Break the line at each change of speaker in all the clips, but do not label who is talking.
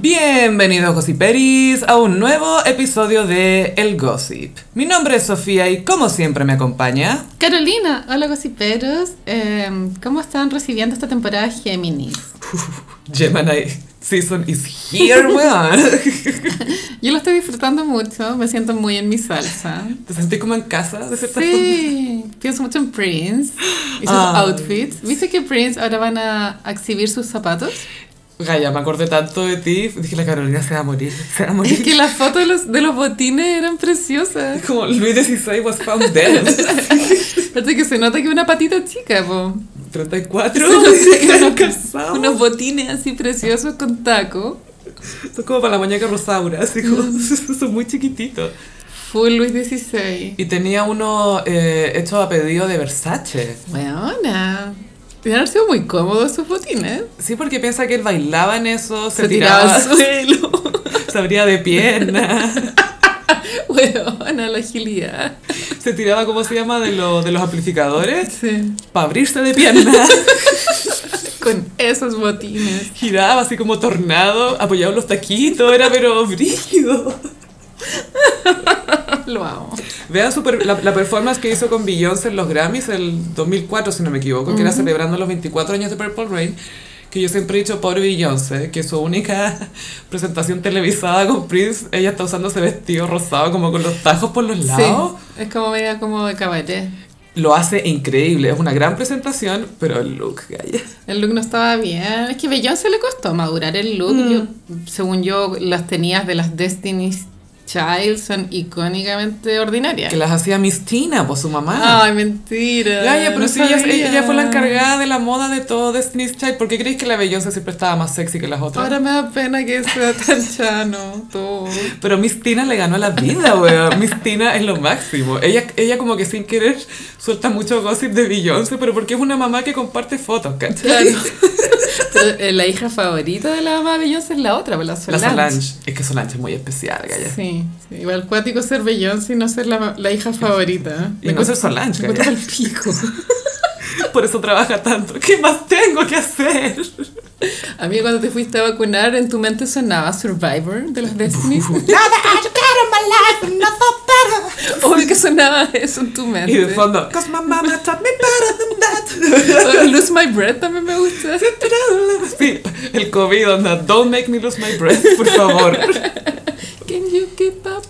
Bienvenidos Gossiperis a un nuevo episodio de El Gossip. Mi nombre es Sofía y como siempre me acompaña...
Carolina, hola gossiperos. Eh, ¿Cómo están recibiendo esta temporada Géminis?
Gemini Season is here, weón.
Yo lo estoy disfrutando mucho, me siento muy en mi salsa.
¿Te sentí como en casa de cierta
Sí, pienso mucho en Prince y sus
Ay.
outfits. ¿Viste que Prince ahora van a exhibir sus zapatos?
forma? Gaya, me acordé tanto de ti. Dije, la Carolina se va a morir, se va a
Es
morir.
que las fotos de los, de los botines eran preciosas.
Como Luis XVI was found dead.
Aparte que se nota que una patita chica, po.
34.
Se nota que
no
unos-
Ah.
unos botines así preciosos con taco.
Son como para la muñeca Rosaura, así como, son muy chiquititos.
Full Luis XVI.
Y tenía uno eh, hecho a pedido de Versace.
Weona. Tienen sido muy cómodos sus botines.
Sí, porque piensa que él bailaba en eso, se,
Se tiraba
tiraba,
al suelo.
se abría de pierna,
Weona, la agilidad.
se tiraba, ¿cómo se llama?, de, lo- de los amplificadores
Sí.
para abrirse de pierna.
Con esos botines.
Giraba así como tornado, apoyaba los taquitos, era pero brígido.
Lo amo.
Vean su per- la, la performance que hizo con Beyoncé en los Grammys el 2004, si no me equivoco, que era celebrando los 24 años de Purple Rain, que yo siempre he dicho, pobre Beyoncé, que su única presentación televisada con Prince, ella está usando ese vestido rosado como con los tajos por los lados.
Sí. Es como media como de cabaret.
Lo hace increíble, es una gran presentación, pero el look, gaya.
El look no estaba bien. Es que Beyoncé le costó madurar el look.
Mm.
Yo, según yo, las tenías de las Destiny's Child son icónicamente ordinarias.
Que las hacía Miss Tina, pues su mamá.
Ay, mentira.
Gaya, pero
no
si ella,
sabía.
ella fue la encargada de la moda de todo Destiny's Child, ¿por qué creéis que la Beyoncé siempre estaba más sexy que las otras?
Ahora me da pena que sea tan chano todo.
Pero Miss Tina le ganó la vida, weón. Miss Tina es lo máximo. Ella, ella como que sin querer suelta mucho gossip de Beyoncé, pero porque es una mamá que comparte fotos, ¿cachai?
Claro. Pero, eh, la hija favorita de la mamá de Beyoncé es la otra, pues, la
La
Solange.
Solange. Es que Solange es muy especial, gaya.
Sí, sí, igual cuático ser Beyoncé y no ser la, la hija favorita. ¿eh?
Y no ser Solange,
Me encuentro
gaya.
al pico.
Por eso trabaja tanto. ¿Qué más tengo que hacer?
A mí cuando te fuiste a vacunar, en tu mente sonaba Survivor de los Destiny's. Obvio que sonaba eso en tu mente.
Y de fondo, Cause my mama taught me better than that.
O Lose My Breath también me gusta.
Sí, el COVID, onda, don't make me lose my breath, por favor.
Can you keep up?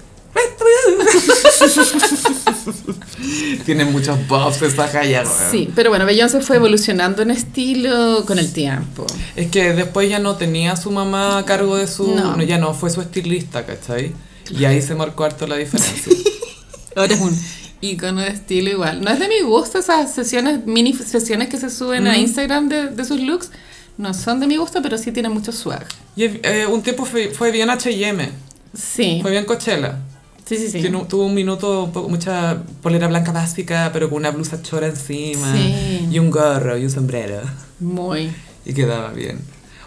Tiene muchos buffs esa galla, weón.
Sí, pero bueno, Beyoncé fue evolucionando en estilo con el tiempo.
Es que después ya no tenía a su mamá a cargo de su... No.
No.
ya no, fue su estilista, ¿cachai? Y ahí se marcó harto la diferencia.
Ahora es un icono de estilo igual. No es de mi gusto esas sesiones, mini sesiones que se suben a Instagram de, de sus looks. No son de mi gusto, pero sí tienen mucho swag.
Y eh, un tiempo fue, fue bien H&M,
Sí,
fue bien Coachella.
sí, sí, sí.
Que no- tuvo un minuto, un poco- mucha polera blanca básica, pero con una blusa chora encima.
Sí.
Y un gorro y un sombrero.
Muy.
Y quedaba bien.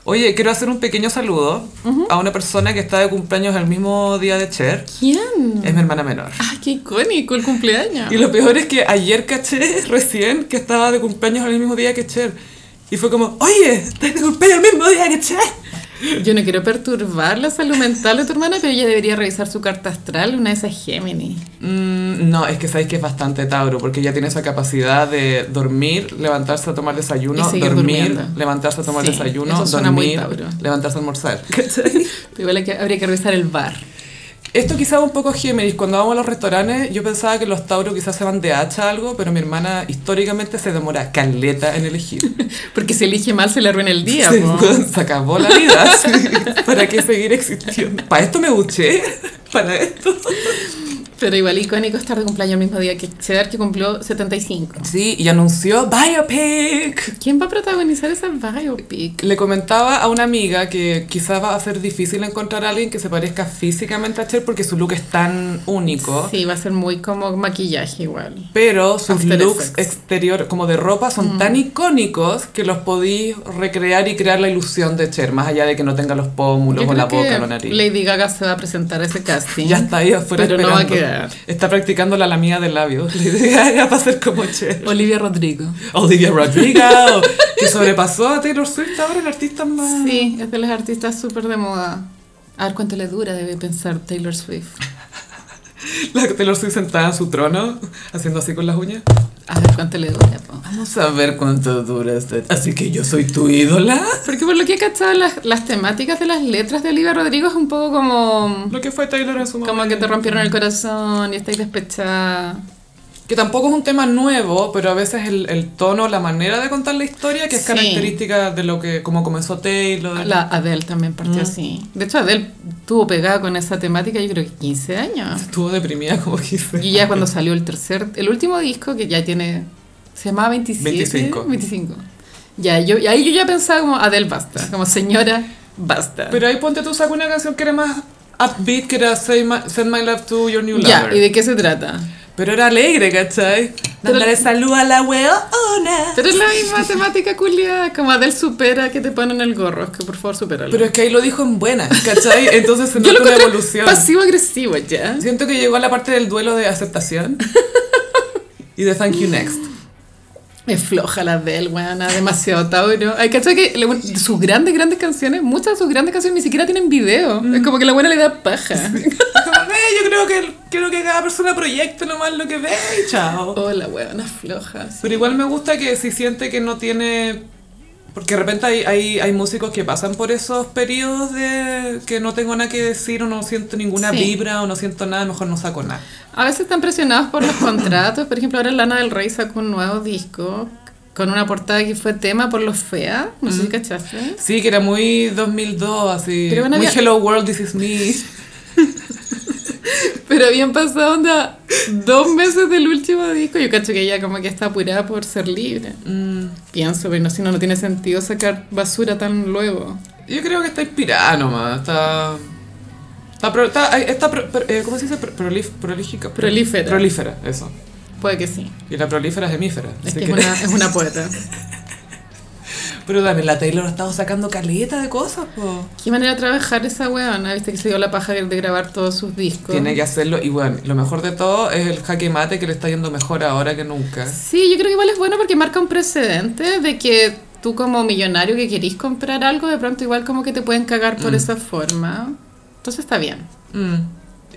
Oye, quiero hacer un pequeño saludo a una persona que está de cumpleaños el mismo día de Cher.
¿Quién?
Es mi hermana menor.
¡Ay, Ah, qué icónico el cumpleaños!
Y lo peor es que ayer caché recién que estaba de cumpleaños el mismo día que Cher. Y fue como, oye, estás de cumpleaños el mismo día que Cher.
Yo no quiero perturbar la salud mental de tu hermana, pero ella debería revisar su carta astral, una de esas Géminis.
Mm, no, es que sabéis que es bastante Tauro, porque ya tiene esa capacidad de dormir, levantarse a tomar desayuno,
Y seguir
dormir,
durmiendo.
levantarse a tomar
Sí,
desayuno,
eso suena muy
dormir,
Tauro.
levantarse a almorzar.
Pero igual hay que- habría que revisar el bar.
Esto quizás un poco Géminis. Cuando vamos a los restaurantes, yo pensaba que los Tauros quizás se van de hacha a algo, pero mi hermana históricamente se demora caleta en elegir.
Porque si elige mal se le arruina el día.
Sí,
po.
weón, se acabó la vida. sí. ¿Para qué seguir existiendo? ¿Para esto me buché? ¿Para esto?
Pero igual icónico estar de cumpleaños el mismo día que Cher, que cumplió 75.
Sí, y anunció Biopic.
¿Quién va a protagonizar esa biopic?
Le comentaba a una amiga que quizás va a ser difícil encontrar a alguien que se parezca físicamente a Cher porque su look es tan único.
Sí, va a ser muy como maquillaje igual.
Pero sus
After
looks
Effects. Mm.
exterior, como de ropa, son tan icónicos que los podéis recrear y crear la ilusión de Cher, más allá de que no tenga los pómulos
Yo
o la
creo
boca o
que
la nariz.
Lady Gaga se va a presentar a ese casting.
Ya está ahí afuera
Pero no va a
esperando.
weón.
Está practicando la lamida del labio. La idea era para hacer como Cher.
Olivia Rodrigo.
Olivia Rodrigo, que sobrepasó a Taylor Swift ahora el artista más...
Sí, es de las artistas súper de moda. A ver cuánto le dura, debe pensar Taylor Swift.
La Taylor Swift sentada en su trono, haciendo así con las uñas.
A ver cuánto le dura, po.
Vamos a ver cuánto dura este... Así que yo soy tu ídola.
Porque por lo que he cachado, las, las temáticas de las letras de Olivia Rodrigo es un poco como...
Lo que fue Taylor en su momento.
Como que te rompieron el corazón y estáis despechada.
Que tampoco es un tema nuevo, pero a veces el, el tono, la manera de contar la historia, que es
Sí.
característica de lo que, como comenzó Taylor.
La Adele también partió
Mm.
así. De hecho, Adele tuvo pegada con esa temática yo creo que 15 años.
Estuvo deprimida como quise.
Y ya cuando salió el tercer, el último disco que ya tiene, se llamaba 27,
25.
25. Ya, yo, y ahí yo ya pensaba como Adele basta, como señora basta.
Pero ahí ponte tú, saca una canción que era más upbeat, que era Say My- Send My Love to Your New
ya,
Lover.
¿y de qué se trata?
Pero era alegre, ¿cachai?
Pero-
Dándole salud a la weona.
Pero es la misma temática culiada, como Adele supera que te ponen el gorro, es que por favor supéralo.
Pero es que ahí lo dijo en buena, ¿cachai? Entonces se
yo lo
nota una
encontré
evolución.
pasivo-agresivo ya.
Siento que llegó a la parte del duelo de aceptación y de thank you next.
Es floja la Adele, weona, demasiado tauro. Hay que que la buena- sus grandes, grandes canciones, muchas de sus grandes canciones ni siquiera tienen video.
Mm.
Es como que la buena le da paja.
Como, "Eh, yo creo que quiero que cada persona proyecte nomás lo que ve y chao.
Oh, la weona floja. sí.
Pero igual me gusta que si siente que no tiene... Porque de repente hay, hay, hay músicos que pasan por esos periodos de que no tengo nada que decir o no siento ninguna
Sí.
vibra o no siento nada, mejor no saco nada.
A veces están presionados por los contratos. Por ejemplo, ahora Lana del Rey sacó un nuevo disco con una portada que fue tema por los fea. No
Mm.
sé si cachaste.
Sí, que era muy 2002, así.
Pero bueno,
muy
había-
Hello World, This Is Me.
Pero habían pasado onda, dos meses del último disco. Yo cacho que ella como que está apurada por ser libre.
Mm,
Pienso, pero no, si no, no tiene sentido sacar basura tan luego.
Yo creo que está inspirada nomás. Está. Está. pro- está, está pro- pro- eh, ¿Cómo se dice? Pro- prolif- prolífica.
Prolífera.
Prolífera, eso.
Puede que sí.
Y la prolífera es hemífera.
Es
así
que,
que-
Es, una, es una poeta.
Pero también la Taylor ha estado sacando caleta de cosas, po.
¿Qué manera de trabajar esa weona? Viste que se dio la paja de grabar todos sus discos.
Tiene que hacerlo. Y bueno, lo mejor de todo es el jaque mate que le está yendo mejor ahora que nunca.
Sí, yo creo que igual es bueno porque marca un precedente de que tú como millonario que querís comprar algo, de pronto igual como que te pueden cagar por esa forma. Entonces está bien.
Mm.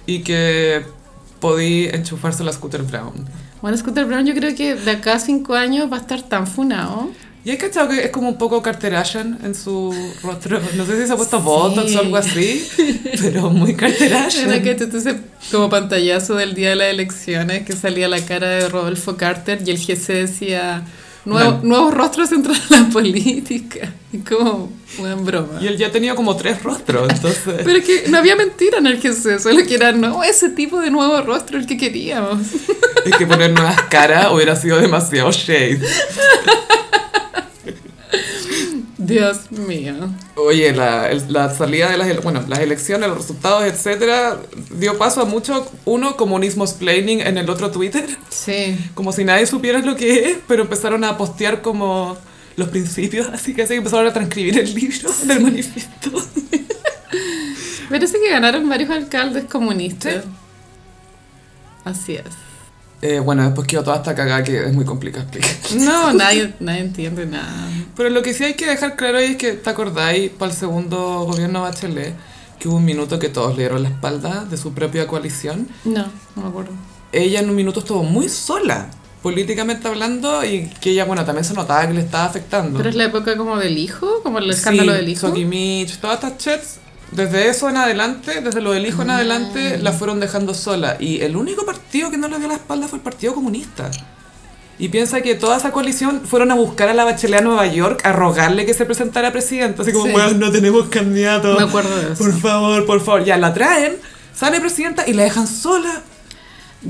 Y que podí enchufarse la Scooter Brown.
Bueno, Scooter Brown yo creo que de acá a cinco años va a estar tan funado.
Y hay cachado que es como un poco Carterashian en su rostro. No sé si se ha puesto botox o algo así, pero muy Carterashian.
Era que entonces como pantallazo del día de las elecciones que salía la cara de Rodolfo Carter y el GC decía "Nuevo-
Man.
nuevos rostros entran a la política. Y como una broma.
Y él ya tenía como tres rostros, entonces.
Pero es que no había mentira en el GC, solo que era no, ese tipo de nuevo rostro el que queríamos.
es que poner nuevas caras hubiera sido demasiado shade.
Dios mío.
Oye, la, el- la salida de las, ele- bueno, las elecciones, los resultados, etcétera, dio paso a mucho, uno, comunismo splaining en el otro Twitter,
Sí.
como si nadie supiera lo que es, pero empezaron a postear como los principios, así que así empezaron a transcribir el libro del manifiesto.
Parece que ganaron varios alcaldes comunistas. Así es.
Eh, bueno, después quedó toda esta cagada que es muy complicada explicar.
No, nadie, nadie entiende nada.
Pero lo que sí hay que dejar claro ahí es que, ¿te acordáis para el segundo gobierno Bachelet que hubo un minuto que todos le dieron la espalda de su propia coalición?
No, no me acuerdo.
Ella en un minuto estuvo muy sola, políticamente hablando, y que ella, bueno, también se notaba que le estaba afectando.
Pero es la época como del hijo, como el escándalo
Sí,
del hijo.
Sokimich, todas estas chats, desde eso en adelante, desde lo del hijo en
Ah.
adelante, la fueron dejando sola. Y el único partido que no le dio la espalda fue el Partido Comunista. Y piensa que toda esa coalición fueron a buscar a la Bachelet a Nueva York a rogarle que se presentara presidenta. Así como,
Sí.
bueno, no tenemos candidato.
Me acuerdo de eso.
Por favor, por favor. Ya la traen, sale presidenta y la dejan sola.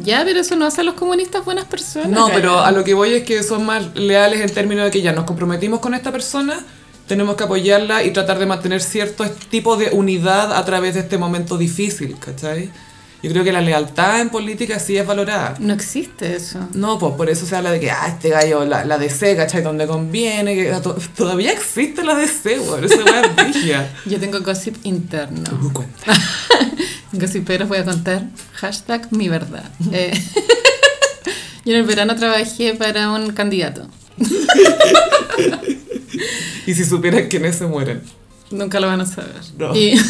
Ya, pero eso no hace a los comunistas buenas personas.
No, pero
Gaya.
a lo que voy es que son más leales en términos de que ya nos comprometimos con esta persona, tenemos que apoyarla y tratar de mantener cierto tipo de unidad a través de este momento difícil, ¿cachai? Yo creo que la lealtad en política sí es valorada.
No existe eso.
No, pues por eso se habla de que, ah, este gallo, la, la DC, ¿cachai? Donde conviene, que to- todavía existe la DC, weón, esa weá es vigia.
Yo tengo gossip interno.
Uh, cuenta.
Gossiperos voy a contar. Hashtag mi verdad. Eh, yo en el verano trabajé para un candidato.
Y si supieran quiénes se mueren.
Nunca lo van a saber.
No.
Y-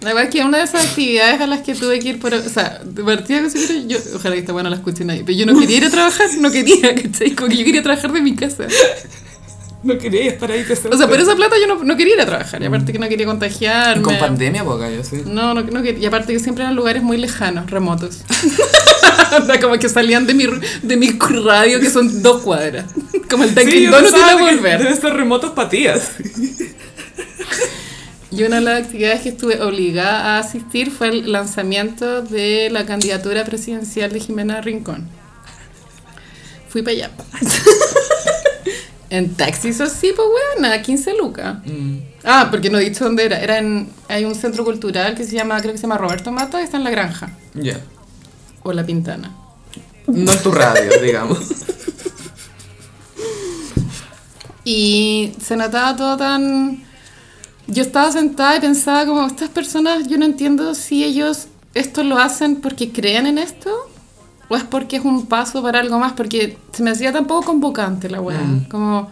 La verdad es que una de esas actividades a las que tuve que ir por... O sea, de partida que siquiera yo... Ojalá que esta buena la escuche nadie. Pero yo no quería ir a trabajar, no quería, ¿cachai? Como que yo quería trabajar de mi casa.
No quería estar ahí.
O sea, por esa plata yo no, no quería ir a trabajar. Y aparte que no quería contagiarme.
Con pandemia, boca, yo sí.
No, no, no, que- y aparte que siempre eran lugares muy lejanos, remotos. Onda, como que salían de mi, ru- de mi radio, que son dos cuadras. Como el Dunkin'
yo
Donuts y la
pensaba que
volver.
Deben estar remotos patías.
Y una de las actividades que estuve obligada a asistir fue el lanzamiento de la candidatura presidencial de Jimena Rincón. Fui para allá. en taxi, eso sí, pues bueno, a 15 lucas.
Mm,
Ah, porque no he dicho dónde era. Era en, hay un centro cultural que se llama, creo que se llama Roberto Mata, y está en La Granja.
Ya.
O La Pintana.
No es tu radio, digamos.
Y se notaba todo tan... Yo estaba sentada y pensaba como, estas personas, yo no entiendo si ellos esto lo hacen porque creen en esto o es porque es un paso para algo más, porque se me hacía tan poco convocante la weá.
Mm.
Como,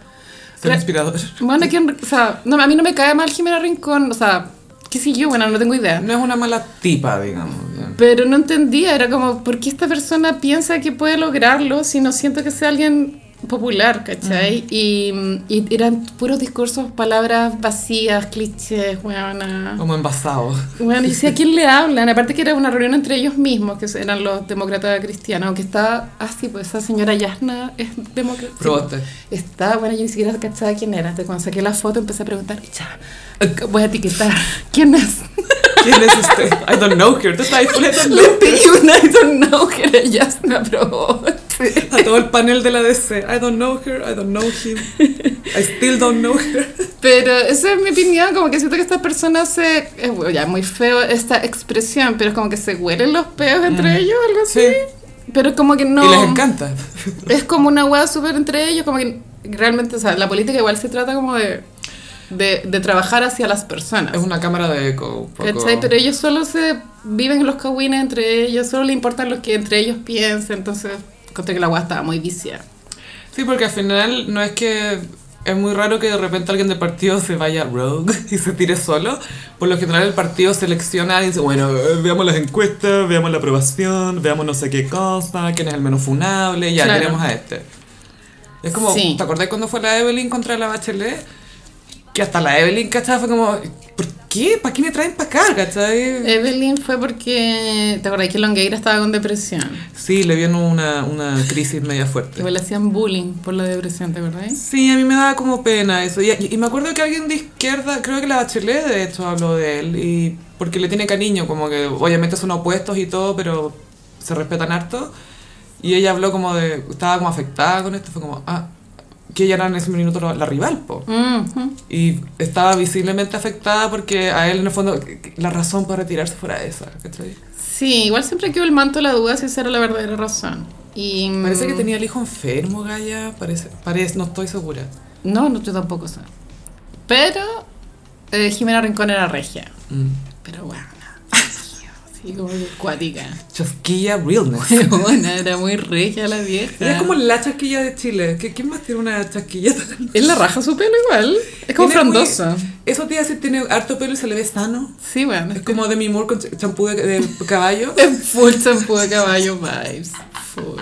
Ser
Re-
inspirador.
bueno, ¿quién- o sea, no, a mí no me cae mal Jimena Rincón, o sea, qué sé yo, bueno, no tengo idea.
No es una mala tipa, digamos. ya.
Pero no entendía, era como, ¿por qué esta persona piensa que puede lograrlo si no siento que sea alguien popular, ¿cachai? Y, y eran puros discursos, palabras vacías, clichés, weona.
Como envasado.
Bueno, y si a quién le hablan, aparte que era una reunión entre ellos mismos, que eran los demócratas cristianos, aunque está así, pues esa señora Yasna es demócrata.
Proboste.
Está, bueno, yo ni siquiera cachaba quién era, hasta cuando saqué la foto empecé a preguntar, ya, voy a etiquetar, ¿quién es?
¿Quién es usted? I don't know her. Tú estás ahí full I don't know
Le pedí un I don't know que era Jasna Proboste.
a todo el panel de la DC. I don't know her, I don't know him. I still don't know her.
Pero esa es mi opinión, como que siento que estas personas se... Es bueno, ya muy feo esta expresión, pero es como que se huelen los peos entre ellos, algo así. Pero como que no...
Mm. Y les encanta.
Es como una hueá súper entre ellos, como que realmente, o sea, la política igual se trata como de, de, de trabajar hacia las personas.
Es una cámara de eco. un poco.
¿Cachai? Pero ellos solo se viven los cagüines entre ellos, solo le importan lo que entre ellos piensen, entonces conté que la hueá estaba muy viciada.
Sí, porque al final no es que... Es muy raro que de repente alguien del partido se vaya rogue y se tire solo. Por lo general el partido selecciona y dice, bueno, eh, veamos las encuestas, veamos la aprobación, veamos no sé qué cosa, quién es el menos funable, ya
Claro.
tenemos a este. Es como,
Sí.
¿te acordás cuando fue la Evelyn contra la Bachelet? Que hasta la Evelyn, ¿cachai? Fue como, ¿por qué? ¿Para qué me traen para acá, cachai?
Eh. Evelyn fue porque, ¿te acordás que Longueira estaba con depresión?
Sí, le vino una, una crisis media
Que
fuerte.
le hacían bullying por la depresión, ¿te acordás?
Sí, a mí me daba como pena eso. Y, y me acuerdo que alguien de izquierda, creo que la Bachelet de hecho habló de él, y porque le tiene cariño, como que obviamente son opuestos y todo, pero se respetan harto. Y ella habló como de, estaba como afectada con esto, fue como, ah, que ella era en ese minuto la, la rival, po.
Ujú.
Y estaba visiblemente afectada porque a él en el fondo la razón para retirarse fuera esa, ¿cachai?
Sí, igual siempre quedó el manto de la duda si esa era la verdadera razón. Y, mm,
Parece que tenía el hijo enfermo, Gaya, parece, parece, no estoy segura.
No, no, yo tampoco sé. Pero eh, Jimena Rincón era regia.
Mm.
Pero bueno, sí, como que cuática.
Chasquilla realness.
Huevona, era muy regia la vieja.
Ella es como la chasquilla de Chile. ¿Qué, ¿Quién más tiene una chasquilla? tan-
Él la raja su pelo igual. Es como
Tiene muy-
frondosa.
Eso te hace tiene harto pelo y se le ve sano.
Sí, bueno.
Es como de mi humor con ch- champú de, de caballo.
Es full champú de caballo vibes. Full.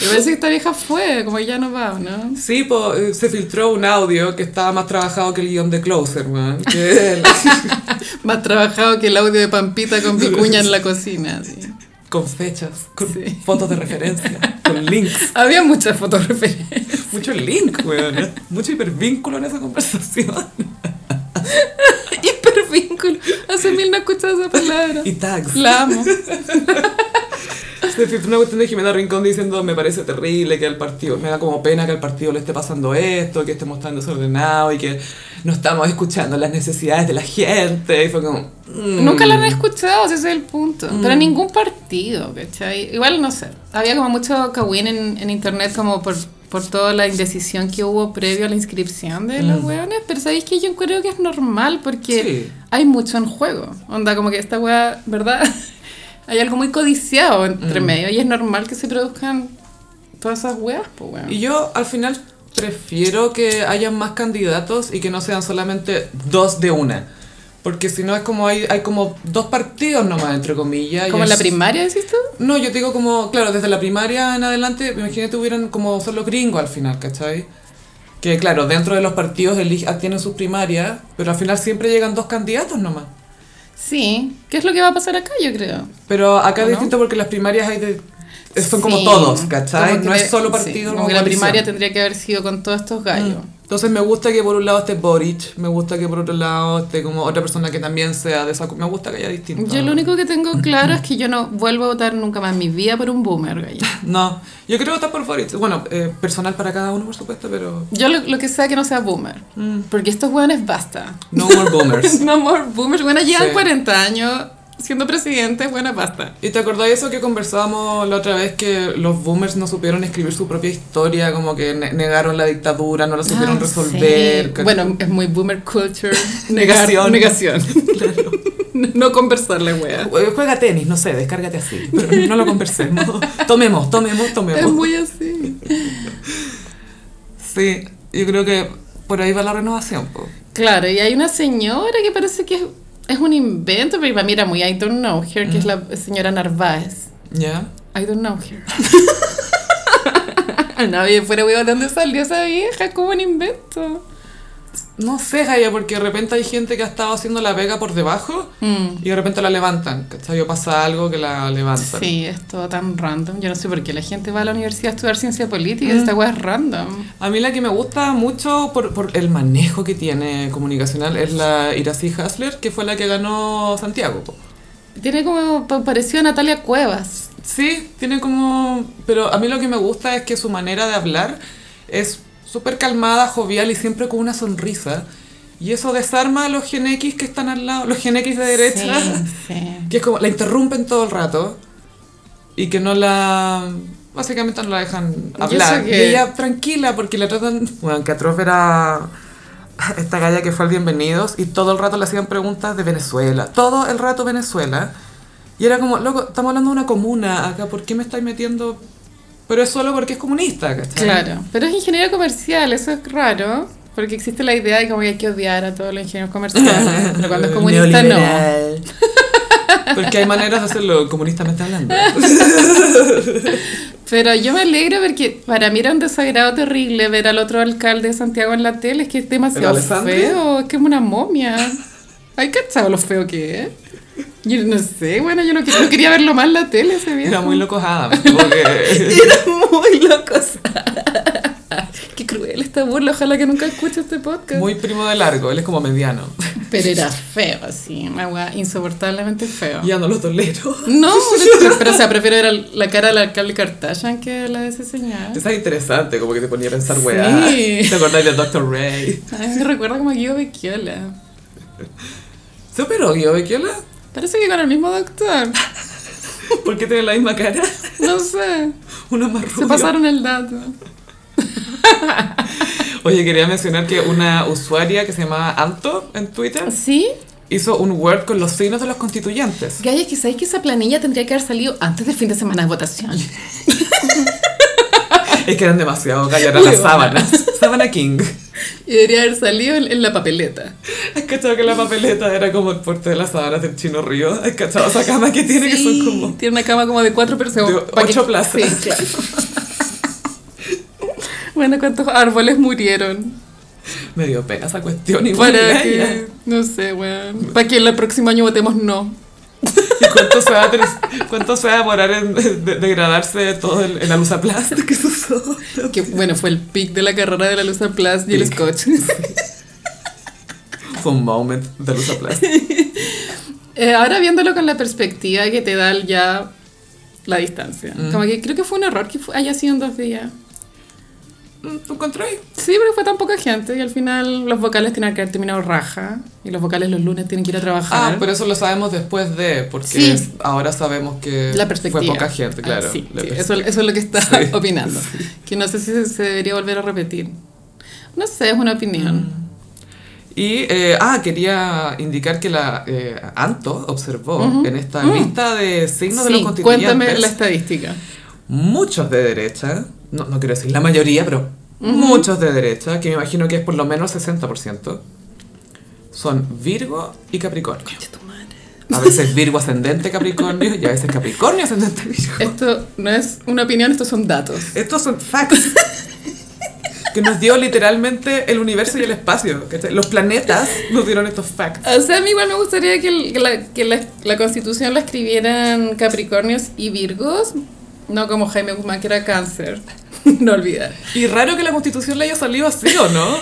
Me parece que esta vieja fue, como que ya no va, ¿no?
Sí, po, eh, se filtró un audio que estaba más trabajado que el guión de Closer, weón. Que la-
Más trabajado que el audio de Pampita con Vicuña en la cocina. sí.
con fechas, con
Sí.
fotos de referencia, con links.
Había muchas fotos referentes.
Mucho link, weón. Mucho hipervínculo en esa conversación.
Hipervínculo. Hace mil no he escuchado esa palabra.
Y tags.
La amo.
Se filtró Este una cuestión de Jimena Rincón diciendo me parece terrible que el partido, me da como pena que al partido le esté pasando esto, que estemos tan desordenados y que no estamos escuchando las necesidades de la gente. Y fue como... mm.
Nunca la han escuchado, ese es el punto. Pero ningún partido, ¿cachai? Igual no sé. Había como mucho cagüín en, en internet como por, por toda la indecisión que hubo previo a la inscripción de los
Mm.
hueones, pero sabéis que yo creo que es normal porque
Sí.
hay mucho en juego. Onda, como que esta hueá, ¿verdad? hay algo muy codiciado entre
Mm.
medio y es normal que se produzcan todas esas hueas, pues weón.
Y yo al final prefiero que hayan más candidatos y que no sean solamente dos de una. Porque si no es como hay, hay como dos partidos nomás, entre comillas. y
Como en la
es-
primaria, decís tú.
No, yo te digo como, claro, desde la primaria en adelante, imagínate hubieran como son los gringos al final, ¿cachai? Que claro, dentro de los partidos elige- tienen sus primarias, pero al final siempre llegan dos candidatos nomás.
Sí, ¿qué es lo que va a pasar acá, yo creo?
Pero acá
¿O
es
no?
distinto porque las primarias hay de... Son como
Sí,
todos, ¿cachai?
como que
no
de-
es solo
sí,
partido.
como
como
que la
coalición.
primaria tendría que haber sido con todos estos gallos.
Entonces me gusta que por un lado esté Boric, me gusta que por otro lado esté como otra persona que también sea de esa... Me gusta que haya distintos.
Yo lo único que tengo claro
Mm.
es que yo no vuelvo a votar nunca más en mi vida por un boomer, gallo.
No, yo creo votar por Boric. Bueno, eh, personal para cada uno, por supuesto, pero...
Yo lo, lo que sea que no sea boomer.
Mm.
Porque estos hueones basta.
No more boomers.
No more boomers. Bueno, llevan
Sí.
40 años siendo presidentes, buena basta.
¿Y te acordás eso que conversábamos la otra vez que los boomers no supieron escribir su propia historia, como que ne- negaron la dictadura, no la supieron
Ah,
resolver?
sí.
¿cachai?
Bueno, es muy boomer culture.
Negación.
Negación. no conversarle, wea.
Eh, Juega tenis, no sé, descárgate así. Pero no lo conversemos. tomemos, tomemos,
Es
tomemos.
muy así.
Sí, yo creo que por ahí va la renovación. po.
Claro, y hay una señora que parece que es, es un invento, pero para mí era muy I don't know her, que es
Mm.
la señora Narváez.
¿Ya?
I don't know her. A nadie fuera huevo de dónde salió esa vieja, como un invento.
No sé, Jaya, porque de repente hay gente que ha estado haciendo la pega por debajo y de repente la levantan. ¿Cachai? O pasa algo que la levantan.
Sí, es todo tan random. Yo no sé por qué la gente va a la universidad a estudiar ciencia política. Esta weá es random.
A mí la que me gusta mucho por, por el manejo que tiene comunicacional es la Iracy Hasler, que fue la que ganó Santiago. po.
Tiene como pa- parecido a Natalia Cuevas.
Sí, tiene como... Pero a mí lo que me gusta es que su manera de hablar es súper calmada, jovial y siempre con una sonrisa. Y eso desarma a los Gen X que están al lado, los Gen X de derecha,
Sí, sí.
que es como, la interrumpen todo el rato y que no la... Básicamente no la dejan
Y
hablar.
eso
Y,
que-
ella tranquila porque la tratan... Bueno, que atroz era esta galla que fue al Bienvenidos y todo el rato le hacían preguntas de Venezuela. Todo el rato Venezuela. Y era como, loco, estamos hablando de una comuna acá, ¿por qué me estáis metiendo...? Pero es solo porque es comunista, ¿cachai?
Claro. Pero es ingeniero comercial, eso es raro. Porque existe la idea de como que hay que odiar a todos los ingenieros comerciales. pero cuando es
Eh,
comunista, no.
Porque hay maneras de hacerlo comunistamente hablando.
Pero yo me alegro porque para mí era un desagrado terrible ver al otro alcalde de Santiago en la tele. Es que es demasiado
¿El Alessandri?
feo, es que es una momia. Ay, cachado lo feo que es. Yo no sé, bueno, yo no, que- no quería verlo más en la tele ese viejo.
Era muy loco Adam. como que-
Era muy loco. Qué cruel esta burla, ojalá que nunca escuche este podcast.
Muy primo de largo, él es como mediano.
Pero era feo, así, una weá insoportablemente feo.
Ya no lo tolero.
No, pero, pero, o sea, prefiero ver al- la cara del alcalde Kardashian que la de ese señor.
Está interesante, como que te ponía a pensar,
Sí.
weá. ¿Te acordás de Dr. Ray?
Ay, me recuerda como a Guido Becchiola.
¿Se operó Guido Becchiola?
Parece que con el mismo doctor.
¿Por qué tiene la misma cara?
No sé.
Uno más
Se
rubio.
pasaron el dato.
Oye, quería mencionar que una usuaria que se llamaba Anto en Twitter
¿Sí?
hizo un Word con los signos de los constituyentes.
Gaya, que sabéis que esa planilla tendría que haber salido antes del fin de semana de votación.
Es que eran demasiado calladas las
Huevona.
sábanas. Sábana King.
Y debería haber salido en, en la papeleta.
¿Has cachado que la papeleta era como el porte de las sábanas del Chino Río? ¿Has cachado esa cama que tiene que son como...
Tiene una cama como de cuatro personas.
De
Pa' que-
ocho plazas.
Sí, claro. bueno, ¿cuántos árboles murieron?
Me dio pena esa cuestión igual.
Para
era ella.
que... No sé, weón. Para que el próximo año votemos no.
¿Y cuánto se va a, tres- cuánto se va a demorar en de- degradarse todo el, el alusaplast que se usó?
Que bueno, fue el pic de la carrera de la Luz Plus y el
Pic.
Scotch.
Fue un moment de alusaplast.
Eh, ahora viéndolo con la perspectiva que te da el ya
Mm.
la distancia. Como que creo que fue un error que fu- haya sido en dos días.
¿Tú encontré?
Sí, pero fue tan poca gente y al final los vocales tienen que haber terminado raja y los vocales los lunes tienen que ir a trabajar.
Ah, pero eso lo sabemos después de, porque
Sí.
es- ahora sabemos que
La perspectiva.
fue poca gente,
Ah,
claro.
sí,
la
sí, eso,
perspectiva.
eso es lo que está
Sí,
opinando. Que no sé si se, se debería volver a repetir. No sé, es una
Mm.
opinión.
Y, eh, ah, quería indicar que la eh, Anto observó en esta lista de signos de los
Mm. Sí,
constituyentes
cuéntame la estadística.
muchos de derecha, no, no quiero decir la mayoría, pero muchos de derecha, que me imagino que es por lo menos 60%, son Virgo y Capricornio. A veces Virgo ascendente Capricornio y a veces Capricornio ascendente Virgo.
Esto no es una opinión, estos son datos.
Estos son facts que nos dio literalmente el universo y el espacio. ¿cachai? Los planetas nos dieron estos facts.
O sea, a mí igual me gustaría que, el- que la, que la- la constitución la escribieran Capricornios y Virgos, no como Jaime Guzmán, que era cáncer. no olvidar.
Y raro que la constitución le haya salido así, ¿o no?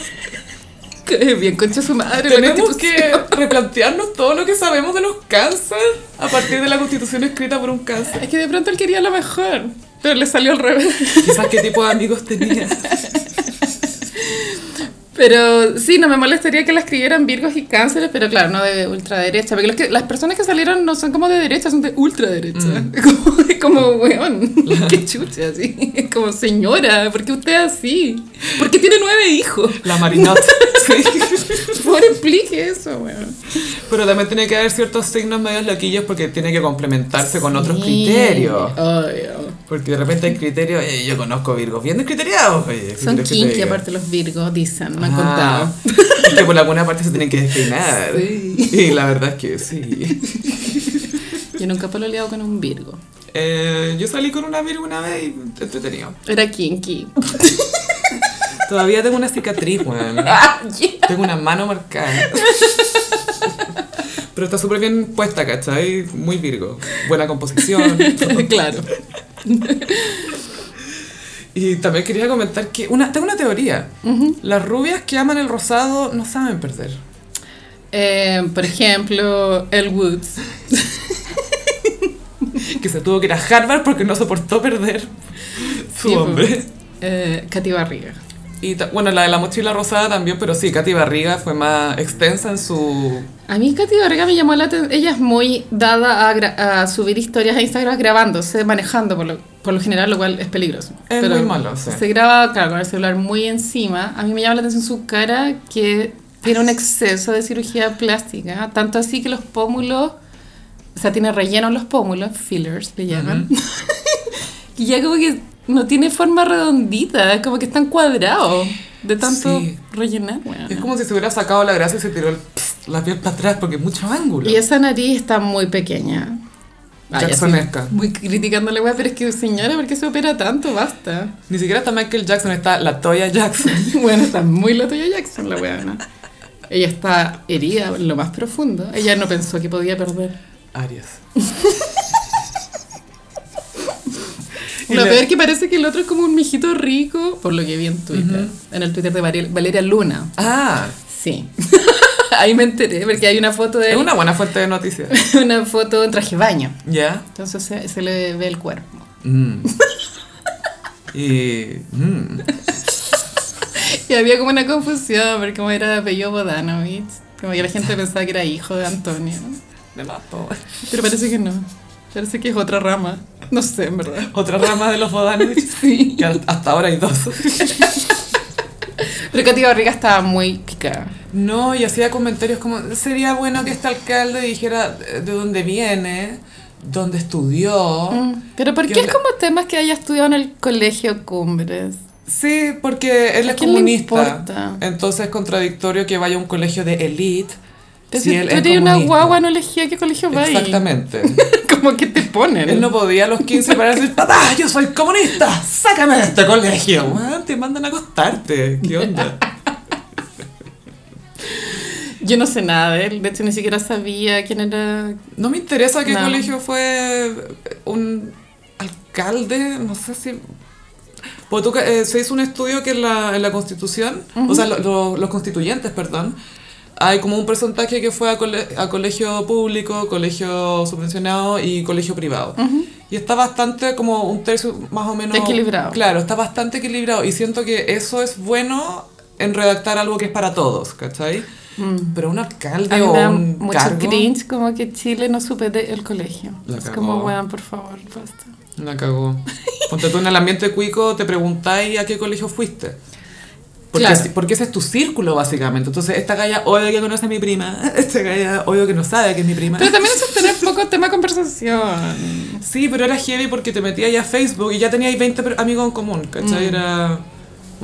Que Bien concha su madre. este la
Tenemos
Constitución.
que replantearnos todo lo que sabemos de los cáncer a partir de la constitución escrita por un cáncer.
Es que de pronto él quería lo mejor, pero le salió al revés.
Quizás qué tipo de amigos tenía.
Pero sí, no me molestaría que la escribieran Virgos y Cánceres, pero claro, no de ultraderecha. Porque los que- las personas que salieron no son como de derecha, son de ultraderecha.
Mm.
Como, como, weón, qué chucha, así. Como, señora, ¿por qué usted es así? ¿Por qué tiene nueve hijos?
La Marinot. Sí.
Por explique eso, weón.
Pero también tiene que haber ciertos signos medios loquillos porque tiene que complementarse con otros
Sí,
criterios.
obvio.
Porque de repente hay criterios, eh, yo conozco virgos bien descriteriados. oye, ¿qué
Son
quieres que te
kinky,
diga?
aparte los Virgos, dicen, me han
Ah,
contado.
Es que por alguna parte se tienen que destinar.
Sí.
Y la verdad es que sí.
Yo nunca pololeado con un Virgo.
Eh, yo salí con una virgo una vez y entretenido.
Era kinky.
Todavía tengo una cicatriz, weón.
Ah, yeah.
Tengo una mano marcada. Pero está súper bien puesta, ¿cachai? Muy virgo. Buena composición.
claro.
Y también quería comentar que una, tengo una teoría. Las rubias que aman el rosado no saben perder.
Eh, por ejemplo, El Woods.
Que se tuvo que ir a Harvard porque no soportó perder su
Sí,
hombre.
pues, eh, Katy Barriga.
Y ta- bueno, la de la mochila rosada también, pero sí, Katy Barriga fue más extensa en su...
A mí Katy Barriga me llamó la atención. Ella es muy dada a, gra- a subir historias a Instagram grabándose, manejando por lo, por lo general, lo cual es peligroso.
Es muy malo, sí.
Se graba, claro, con el celular muy encima. A mí me llama la atención su cara que tiene un exceso de cirugía plástica. Tanto así que los pómulos, o sea, tiene relleno en los pómulos, fillers le llaman. Y ya como que no tiene forma redondita, es como que están cuadrados de tanto
Sí.
rellenar. weona.
Es como si se hubiera sacado la grasa y se tiró el- la piel para atrás porque mucho ángulo.
Y esa nariz está muy pequeña. Ay,
Jacksonesca.
así, Muy criticando la weá, pero es que señora, ¿por qué se opera tanto? Basta.
Ni siquiera está Michael Jackson, está la Toya Jackson.
Bueno, está muy la Toya Jackson la weá, ¿no? Ella está herida en lo más profundo. Ella no pensó que podía perder.
Arias. Y
Lo
la-
peor que parece que el otro es como un mijito rico, por lo que vi en Twitter. En el Twitter de Varel- Valeria Luna.
Ah,
Sí. Ahí me enteré, porque hay una foto de
es
él,
una buena fuente de noticias.
una foto en traje de baño.
¿Ya?
Entonces se, se le ve el cuerpo.
Mm. Y... mm.
Y había como una confusión, porque como era de apellido Bodanovich, como que la gente pensaba que era hijo de Antonio.
De más, po.
Pero parece que no. Parece que es otra rama. No sé, en verdad.
Otra rama de los Bodanovich.
Sí.
Que al- hasta ahora hay dos.
Pero Katy Barriga estaba muy picada.
No, y hacía comentarios como, sería bueno que este alcalde dijera eh, de dónde viene, dónde estudió.
Mm. Pero ¿por
¿Qué
qué es
onda?
como temas que haya estudiado en el colegio Cumbres?
Sí, porque él
¿A
es
quién le
comunista.
importa?
Entonces es contradictorio que vaya a un colegio de élite.
Entonces,
si él
tú
es
eres una
comunista.
guagua, no elegía qué colegio va a ir.
Exactamente.
como que te ponen.
Él no podía a los 15 para decir, papá, yo soy comunista, sácame de este colegio. Weón, te mandan a acostarte. ¿Qué onda?
Yo no sé nada de él. De hecho, ni siquiera sabía quién era.
No me interesa qué
No.
colegio fue un alcalde, no sé si... Porque tú que- eh, se hizo un estudio que en la, en la constitución, o sea, lo- lo- los constituyentes, perdón, hay como un porcentaje que fue a, cole- a colegio público, colegio subvencionado y colegio privado. Y está bastante como un tercio más o menos...
Equilibrado.
Claro, está bastante equilibrado. Y siento que eso es bueno en redactar algo que es para todos, ¿cachai? Pero un
Mm. A
alcalde
mí
o
me da
un
mucho
cargo...
cringe como que Chile no supe del colegio.
La
es
cagó.
como, weón, por favor, basta.
La cagó. Ponte tú en el ambiente cuico, te preguntáis a qué colegio fuiste. Porque,
Claro.
si- porque ese es tu círculo, básicamente. Entonces, esta galla odio que conoce a mi prima. Esta galla odio que no sabe que es mi prima.
Pero también eso es tener poco tema de conversación.
Sí, pero era heavy porque te metías ya a Facebook y ya teníais 20 per- amigos en común, ¿cachai?
Mm.
Era...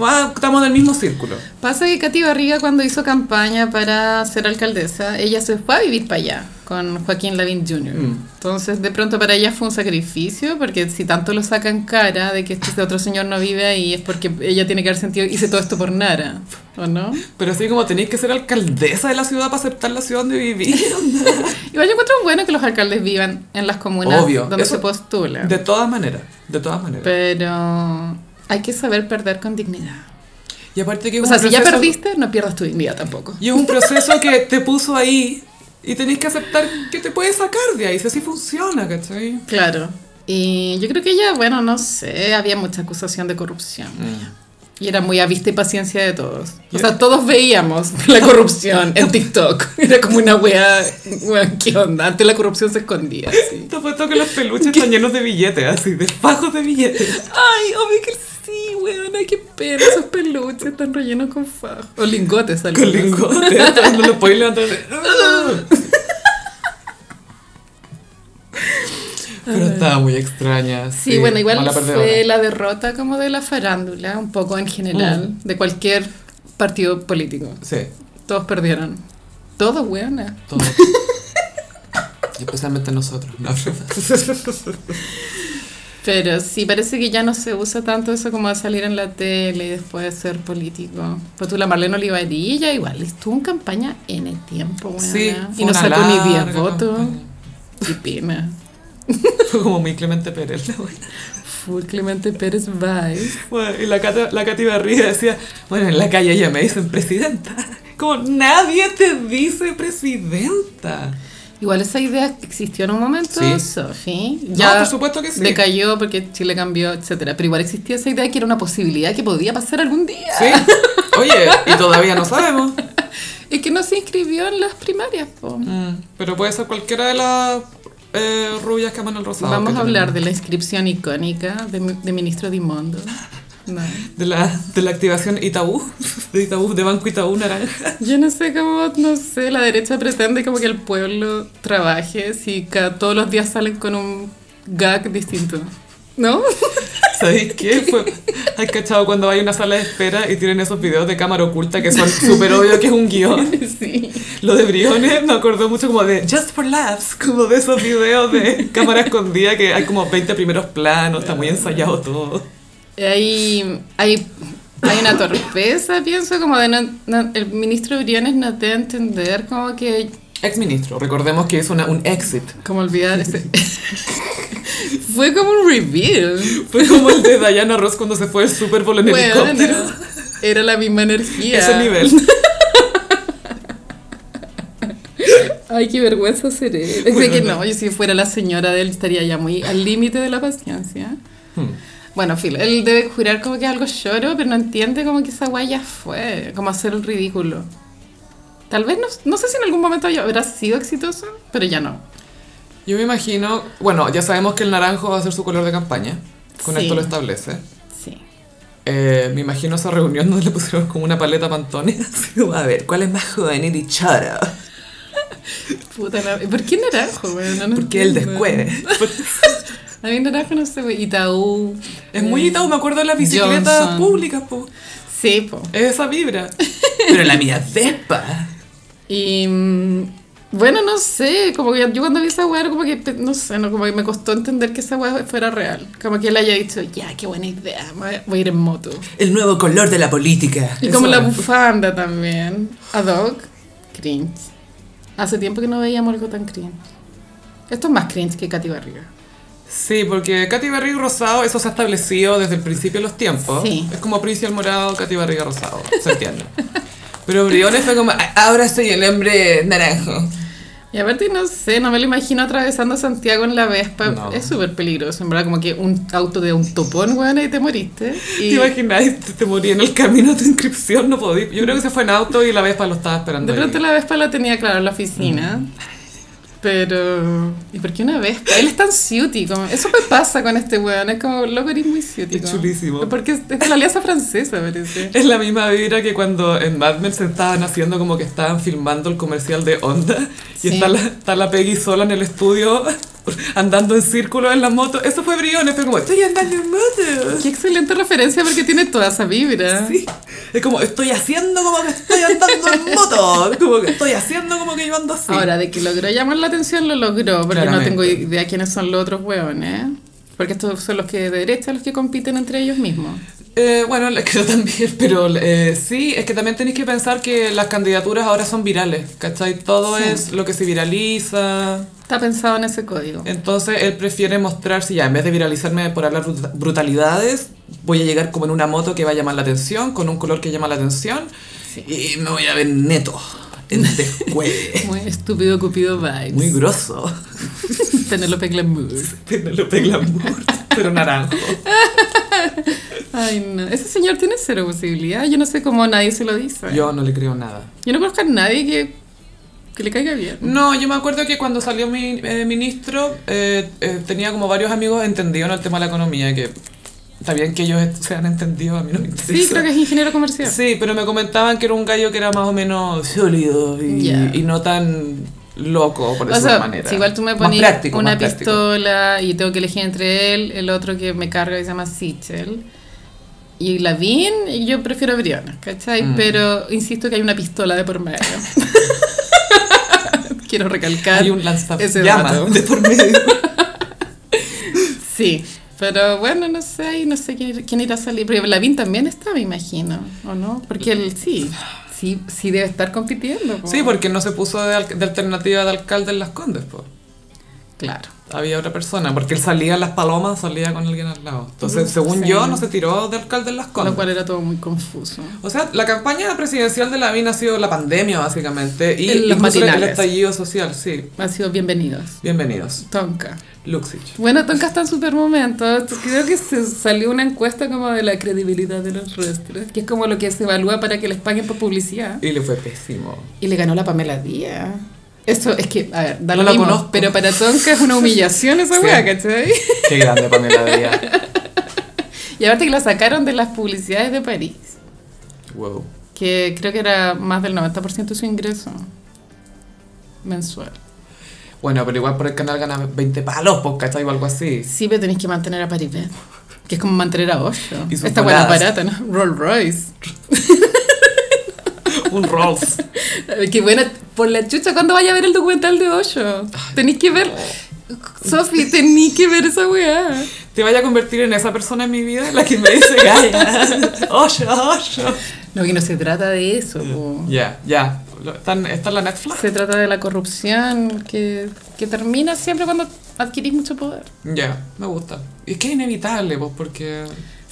Ah, estamos en el mismo círculo.
Pasa que Katy Barriga cuando hizo campaña para ser alcaldesa, ella se fue a vivir para allá con Joaquín Lavín Jr.
Mm.
Entonces de pronto para ella fue un sacrificio porque si tanto lo sacan cara de que este otro señor no vive ahí es porque ella tiene que haber sentido hice todo esto por nada, ¿o no?
Pero así como tenéis que ser alcaldesa de la ciudad para aceptar la ciudad donde vivís.
Igual yo encuentro bueno que los alcaldes vivan en las comunas
Obvio,
donde
eso-
se postula,
De todas maneras, de todas maneras.
pero hay que saber perder con dignidad.
y aparte que es
O
un
sea, si ya
proceso-
perdiste, no pierdas tu dignidad tampoco.
Y es un proceso que te puso ahí y tenés que aceptar que te puedes sacar de ahí, si así funciona, ¿cachai?
Claro. Y yo creo que ella, bueno, no sé, había mucha acusación de corrupción. Y era muy a vista y paciencia de todos. O sea, todos veíamos la corrupción en TikTok. Era como una wea, wea, ¿qué onda? Antes la corrupción se escondía, sí.
Te apuesto que los peluches están llenos de billetes, así, de fajos de billetes.
Ay, obvio que sí, weón, ay, qué pena, esos peluches están rellenos con fajo. O lingotes,
Con
algunos.
lingotes, no los podéis levantar. Pero estaba muy extraña.
Ah. Sí, bueno, igual
mala
fue
perdedora.
la derrota como de la farándula, un poco en general, de cualquier partido político.
Sí,
Todos perdieron. Todos, weona.
todo. Y especialmente nosotros, ¿no?
Pero sí, parece que ya no se usa tanto eso como de salir en la tele y después de ser político. Pues tú, la Marlene Olivarilla, igual, estuvo en campaña en el tiempo, weona.
Sí,
y
fue
no
una
sacó ni 10
larga
votos.
campaña.
Qué pena.
Fue como muy Clemente Pérez, la wea.
Full Clemente Pérez Valls.
Bueno, y la Cata, la Cati Barriga decía, bueno, en la calle ya me dicen presidenta. Como nadie te dice presidenta.
Igual esa idea existió en un momento,
Sí.
Sofi.
No,
Ya
por supuesto que sí.
Decayó porque Chile cambió, etcétera. Pero igual existía esa idea que era una posibilidad que podía pasar algún día.
Sí. Oye, y todavía no sabemos.
Y que no se inscribió en las primarias, po.
Mm, pero puede ser cualquiera de las eh, rubias que aman el rosado.
Vamos
que
a hablar
tenemos.
de la inscripción icónica de, mi- de ministro Dimondo. No.
de la, de la activación Itaú, de Itaú, de Banco Itaú Naranja.
Yo no sé cómo, no sé, la derecha pretende como que el pueblo trabaje si ca- todos los días salen con un gag distinto. ¿No?
¿Sabéis qué? Fue, hay cachado cuando hay una sala de espera y tienen esos videos de cámara oculta que son súper obvio que es un guión.
Sí.
Lo de Briones me acordó mucho como de Just for Laughs, como de esos videos de cámara escondida que hay como 20 primeros planos, está muy ensayado todo.
Hay, hay, hay una torpeza, pienso, como de no- no- el ministro Briones no te va a entender como que
Exministro, recordemos que es una, un exit.
como olvidar ese- Fue como un reveal.
Fue como el de Diana Ross cuando se fue el Super Bowl en
Bueno,
helicóptero.
era la misma energía.
Ese nivel.
Ay, qué vergüenza ser él. Es
Bueno,
que
no.
no, yo si fuera la señora de él estaría ya muy al límite de la paciencia.
Hmm.
Bueno, filo, él debe jurar como que es algo lloro, pero no entiende como que esa guaya fue, como hacer el ridículo. Tal vez, no, no sé si en algún momento ya habrá sido exitoso, pero ya no.
Yo me imagino, bueno, ya sabemos que el naranjo va a ser su color de campaña. Con
Sí.
esto lo establece.
Sí.
Eh, me imagino esa reunión donde le pusieron como una paleta pantone. Así como, a ver, ¿cuál es más joven y dichara?
Puta la- ¿Por qué naranjo, güey? No, no
Porque el
entiendo.
descueve.
A mí naranjo no sé, güey. Itaú.
Es muy Itaú, me acuerdo de las bicicletas
Mm. Johnson.
públicas, po.
Sí, po.
Es esa vibra. Pero la mía es Vespa.
Y mm, bueno, no sé, como que yo cuando vi esa weá, era como que, pe- no sé, no, como que me costó entender que esa weá fuera real. Como que él haya dicho, ya, qué buena idea, me voy- voy a ir en moto.
El nuevo color de la política.
Y como la bufanda también, ad hoc, cringe. Hace tiempo que no veíamos algo tan cringe. Esto es más cringe que Katy Barriga.
Sí, porque Katy Barriga Rosado, eso se ha establecido desde el principio de los tiempos.
Sí.
Es como Príncipe Morado, Katy Barriga Rosado. Se entiende. Pero Briones fue como, "Ah, ahora soy el hombre naranjo.
Y aparte, no sé, no me lo imagino atravesando Santiago en la Vespa.
No.
Es súper peligroso, en verdad, como que un auto de un topón, weón, y te moriste.
¿Te
Y
imaginas? Te, te morí en el camino a tu inscripción, no podí. Yo creo que se fue en auto y la Vespa lo estaba esperando.
de
ahí.
pronto la Vespa la tenía, claro, en la oficina.
Mm.
Pero... ¿Y por qué una Vespa? Él es tan cutie, como... Eso me pasa con este weón, es como, loco, eres muy cutie.
Es
como-
chulísimo.
Porque es es de la alianza francesa, parece.
Es la misma vibra que cuando en Mad Men se estaban haciendo como que estaban filmando el comercial de Honda y
Sí.
está, la, está la Peggy sola en el estudio andando en círculo en la moto. Eso fue Briones, fue como, estoy andando en moto.
Qué excelente referencia porque tiene toda esa vibra.
Sí. Es como, estoy haciendo como que estoy andando en moto. Como que estoy haciendo como que yo ando así.
Ahora, de que logró llamar la atención, lo logró, porque no
Claramente.
tengo idea quiénes son los otros hueones. Porque estos son los que de derecha, los que compiten entre ellos mismos.
Eh, bueno, le creo también, pero eh, sí, es que también tenéis que pensar que las candidaturas ahora son virales, ¿cachai? Todo
Sí.
es lo que se viraliza.
Está pensado en ese código.
Entonces él prefiere mostrarse ya, en vez de viralizarme por hablar brut- brutalidades, voy a llegar como en una moto que va a llamar la atención, con un color que llama la atención,
Sí.
y me voy a ver neto, en descueve,
Muy estúpido Cupido vibes.
muy grosso,
Penelope Glamour.
Penélope Glamour, pero naranjo.
Ay, no. Ese señor tiene cero posibilidad. Yo no sé cómo nadie se lo dice.
Yo no le creo nada.
Yo no conozco a nadie que, que le caiga bien.
No, yo me acuerdo que cuando salió mi eh, ministro, eh, eh, tenía como varios amigos entendidos en el tema de la economía, que está bien que ellos est- sean entendidos, a mí no me interesa.
Sí, creo que es ingeniero comercial.
Sí, pero me comentaban que era un gallo que era más o menos sólido y,
Ya.
y no tan loco, por
O
decirlo de
sea,
manera.
si igual tú me
Más
pones
práctico,
una
más práctico.
pistola y tengo que elegir entre él, el otro que me carga que se llama Sichel y Lavín, y yo prefiero a Briona, ¿cachai?
Mm.
Pero insisto que hay una pistola de por medio. Quiero recalcar.
Hay un lanzallamas
ese dato.
de por medio.
Sí, pero bueno, no sé, ahí no sé quién, quién irá a salir. Pero Lavín también está, me imagino, ¿o no? Porque él sí, sí, sí debe estar compitiendo. po.
sí, porque no se puso de, al- de alternativa de alcalde en Las Condes, po.
Claro.
Había otra persona, porque él salía en Las Palomas, salía con alguien al lado. Entonces,
Mm,
según
sí.
yo, no se tiró de alcalde en Las Condes.
Lo cual era todo muy confuso.
O sea, la campaña presidencial de Lavín ha sido la pandemia, básicamente, y
En los
incluso el
matinales.
estallido social, sí.
Han sido bienvenidos.
Bienvenidos.
Tonka.
Luxich.
Bueno, Tonka está en super momento. Creo que se salió una encuesta como de la credibilidad de los rostros, que es como lo que se evalúa para que les paguen por publicidad.
Y le fue pésimo.
Y le ganó la Pamela Díaz. Esto es que, a ver, da
No
lo
la
mismo,
conozco.
pero para Tonka es una humillación esa
Sí.
weá, ¿cachai?
Qué grande Pamela Díaz.
Y aparte que la sacaron de las publicidades de París,
Wow.
que creo que era más del 90% de su ingreso mensual.
Bueno, pero igual por el canal gana 20 palos, po, ¿cachai? O algo así.
Sí, pero tenéis que mantener a París, ¿eh? que es como mantener a Osho.
Y sus
Esta weá es
voladas.
barata, ¿no? Rolls Royce.
Un Rolls.
Ay, Qué buena, por la chucha, ¿cuándo vaya a ver el documental de Hoyo? Tenéis que ver, Sofi, tenéis que ver esa weá.
Te vaya a convertir en esa persona en mi vida, la que me dice Gaia. Oye, oye.
No, que no se trata de eso, po.
Ya, ya. Lo- ¿Están, está en la Netflix?
se trata de la corrupción que, que termina siempre cuando adquirís mucho poder.
Ya, me gusta. Y es que es inevitable, pues, porque.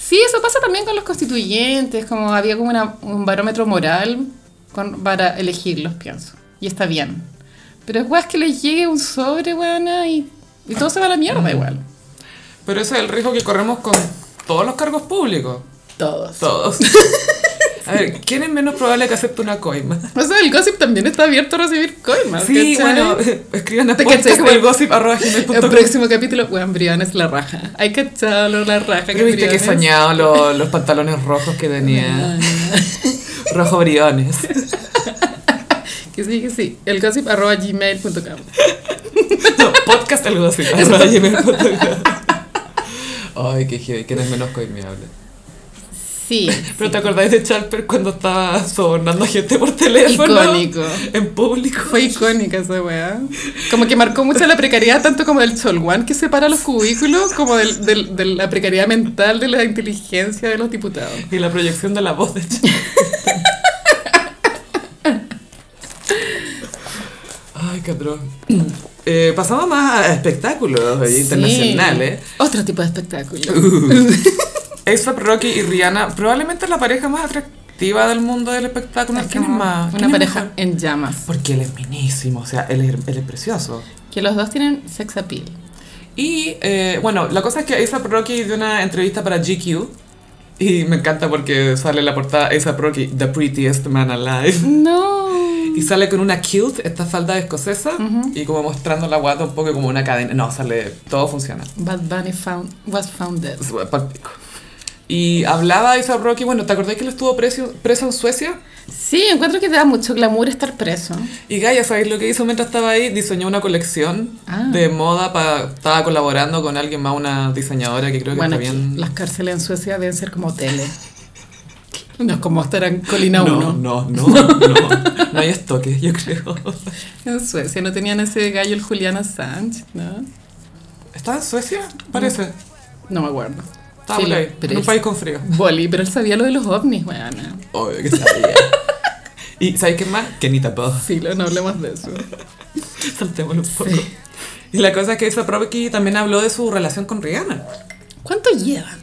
Sí, eso pasa también con los constituyentes, como había como una- un barómetro moral con- para elegirlos, pienso. Y está bien. Pero es weá, es que les llegue un sobre, weá, y, y todo se va a la
Mm.
mierda igual.
Pero ese es el riesgo que corremos con todos los cargos públicos.
Todos.
Todos. A ver, ¿quién es menos probable que acepte una coima?
O sea, el gossip también está abierto a recibir coimas.
Sí,
¿cachai?
bueno, escriban a
¿Te cachai? Como- El
podcast.elgossip.com.
próximo capítulo, weón, Brian es la raja. Hay cachado la raja.
Pero viste que
Brian es-
soñado lo- los pantalones rojos que tenía. Rojo briones.
Que sí, que sí. El gossip arroba gmail.com.
No, podcast algo así. arroba gmail.com. Ay, qué heavy, que eres menos coimiable.
Sí.
Pero te acordáis de Charper cuando estaba sobornando a gente por teléfono.
Icónico.
En público.
Fue icónica esa weá. Como que marcó mucho la precariedad, tanto como del Cholguán que separa los cubículos, como del- del- de la precariedad mental de la inteligencia de los diputados.
Y la proyección de la voz de Charper. Ay, cabrón. Eh, pasamos más a espectáculos eh, Uh. internacionales.
Sí. Otro tipo de espectáculo.
Except Rocky y Rihanna, probablemente la pareja más atrac- activa del mundo del espectáculo.
Es
¿Quién es
como
más? ¿Quién
Una
es
pareja
mejor?
en llamas.
Porque él es minísimo, o sea, él es, él es precioso.
Que los dos tienen sex appeal.
Y eh, bueno, la cosa es que Asa Rocky dio una entrevista para GQ. Y me encanta porque sale en la portada Asa Rocky, The Prettiest Man Alive.
No.
Y sale con una kilt, esta falda escocesa, y como mostrando la guata un poco como una cadena. No, sale, todo funciona.
Bad Bunny found, was found dead.
Es pa'l pico. Y hablaba Asa Rocky, bueno, ¿te acordás que él estuvo preso, preso en Suecia?
Sí, encuentro que te da mucho glamour estar preso.
Y Gaia, ¿sabéis lo que hizo mientras estaba ahí? Diseñó una colección
Ah.
de moda, pa- estaba colaborando con alguien más, una diseñadora que creo que
bueno,
está bien...
aquí las cárceles en Suecia deben ser como hoteles. No es como estar en Colina 1.
No, no, no, no. No hay estoques, yo creo.
En Suecia no tenían ese gallo el Julián Assange, ¿no?
¿Estaba en Suecia? Parece.
No me acuerdo.
Estaba
Mm. Sí,
por
lo-
ahí,
pero
en un
él-
país con frío.
Boli, pero él sabía lo de los ovnis, bueno.
Obvio que sabía. ¿Y sabéis qué más? Kenita Puff.
Sí, lo- no hablemos de eso.
Saltémoslo un poco. Y la cosa es que esa Probky también habló de su relación con Rihanna.
¿Cuánto llevan?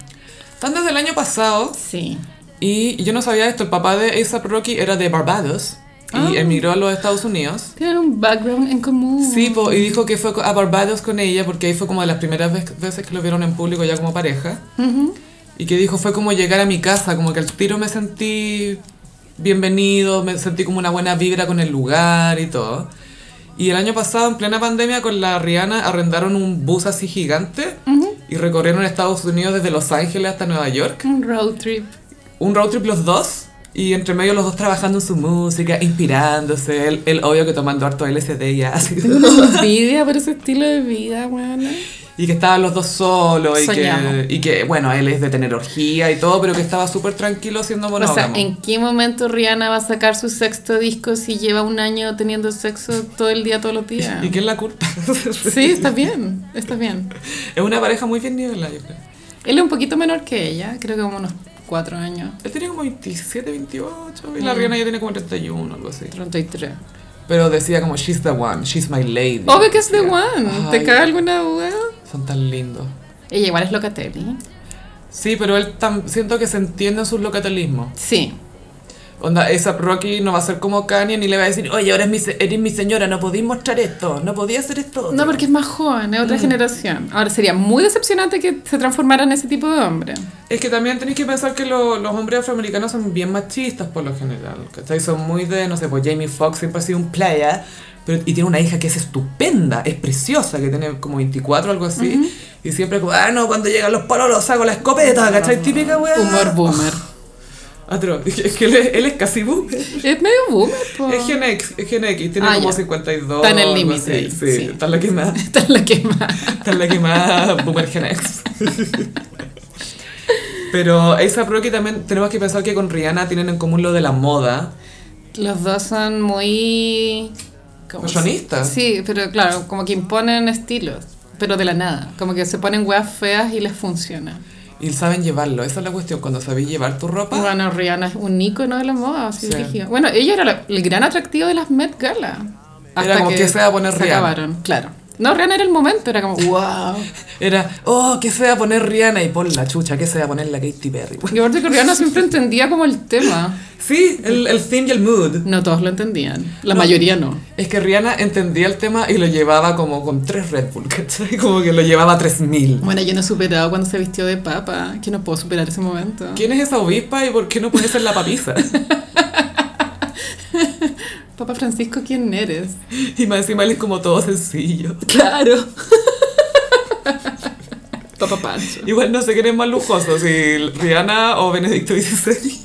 Están desde el año pasado
Sí.
y yo no sabía esto. El papá de A$AP Rocky era de Barbados y
Ah.
emigró a los Estados Unidos.
Tienen un background en común.
Sí, po, y dijo que fue a Barbados con ella porque ahí fue como de las primeras vez- veces que lo vieron en público ya como pareja. Y que dijo fue como llegar a mi casa, como que al tiro me sentí bienvenido, me sentí como una buena vibra con el lugar y todo. Y el año pasado, en plena pandemia, con la Rihanna arrendaron un bus así gigante y recorrieron Estados Unidos desde Los Ángeles hasta Nueva York.
Un road trip.
Un road trip los dos. Y entre medio los dos trabajando en su música, inspirándose, él, él obvio que tomando harto LSD y ácido.
Tengo una envidia por ese estilo de vida, bueno.
Y que estaban los dos solos y
Soñamos.
que, y que, bueno, él es de tener orgía y todo, pero que estaba súper tranquilo siendo
O sea,
monógamo.
¿en qué momento Rihanna va a sacar su sexto disco si lleva un año teniendo sexo todo el día, todos los días?
¿Y quién la culpa?
Sí, está bien, está bien.
Es una pareja muy bien nivelada, yo creo.
Él es un poquito menor que ella, creo que como unos cuatro años,
Él tenía como 27, 28 y la
Mm.
Rihanna ya tiene como 31, algo así.
33.
Pero decía como, she's the one, she's my lady.
Obvio que es The One, ¿te
Ay.
cae alguna duda?
Son tan lindos.
Ella igual es Locatelli.
Sí, pero él tam- siento que se entiende en sus locatelismos.
Sí,
Onda, esa Rocky no va a ser como Kanye ni le va a decir, oye, ahora es mi se- eres mi señora, no podís mostrar esto, no podía hacer esto.
no porque es más joven, es otra generación. Ahora sería muy decepcionante que se transformara en ese tipo de hombre.
Es que también tenéis que pensar que lo- los hombres afroamericanos son bien machistas por lo general, ¿cachai? Son muy de, no sé, pues Jamie Foxx siempre ha sido un playa, pero, y tiene una hija que es estupenda, es preciosa, que tiene como 24 o algo así, y siempre como, ah, no, cuando llegan los pololos saco la escopeta, ¿cachai? Típica weá.
Humor boomer.
Atro, es que él es, él es casi boomer.
Es medio boomer, po.
Es Gen X, es Gen X, tiene
Oh. Ah,
como
ya.
52.
Está en el
algo
límite
así,
ahí,
Sí,
sí.
está en la quemada.
Esta es la que más.
Esta es la que más Boomer Gen X. Pero esa Rocky también tenemos que pensar que con Rihanna tienen en común lo de la moda.
Los dos son muy... ¿cómo se-
Fashionistas.
Sí, pero claro, como que imponen estilos, pero de la nada. Como que se ponen weas feas y les funciona.
Y saben llevarlo, esa es la cuestión, cuando sabéis llevar tu ropa.
Bueno, Pues Rihanna es un ícono de la moda, así
Sí.
brígido. Bueno, ella era la- el gran atractivo de las Met Gala.
como, ¿qué se va a poner
se
Rihanna?
acabaron, claro. No, Rihanna era el momento, era como, wow.
Era, oh, que sea poner Rihanna y pon la chucha, que sea poner la Katy Perry.
Y aparte que Rihanna siempre entendía como el tema.
Sí, el, el theme y el mood.
No todos lo entendían, la
No.
mayoría no.
Es que Rihanna entendía el tema y lo llevaba como con tres Red Bull, ¿cachai? Como que lo llevaba a 3000.
Bueno, yo no he superado cuando se vistió de papa, que no puedo superar ese momento.
¿Quién es esa obispa y por qué no puede ser la papisa?
Papa Francisco, ¿quién eres?
Y más encima él es como todo sencillo.
Claro. Papa Pancho.
Igual no sé quién es más lujoso, si Rihanna o Benedicto XVI.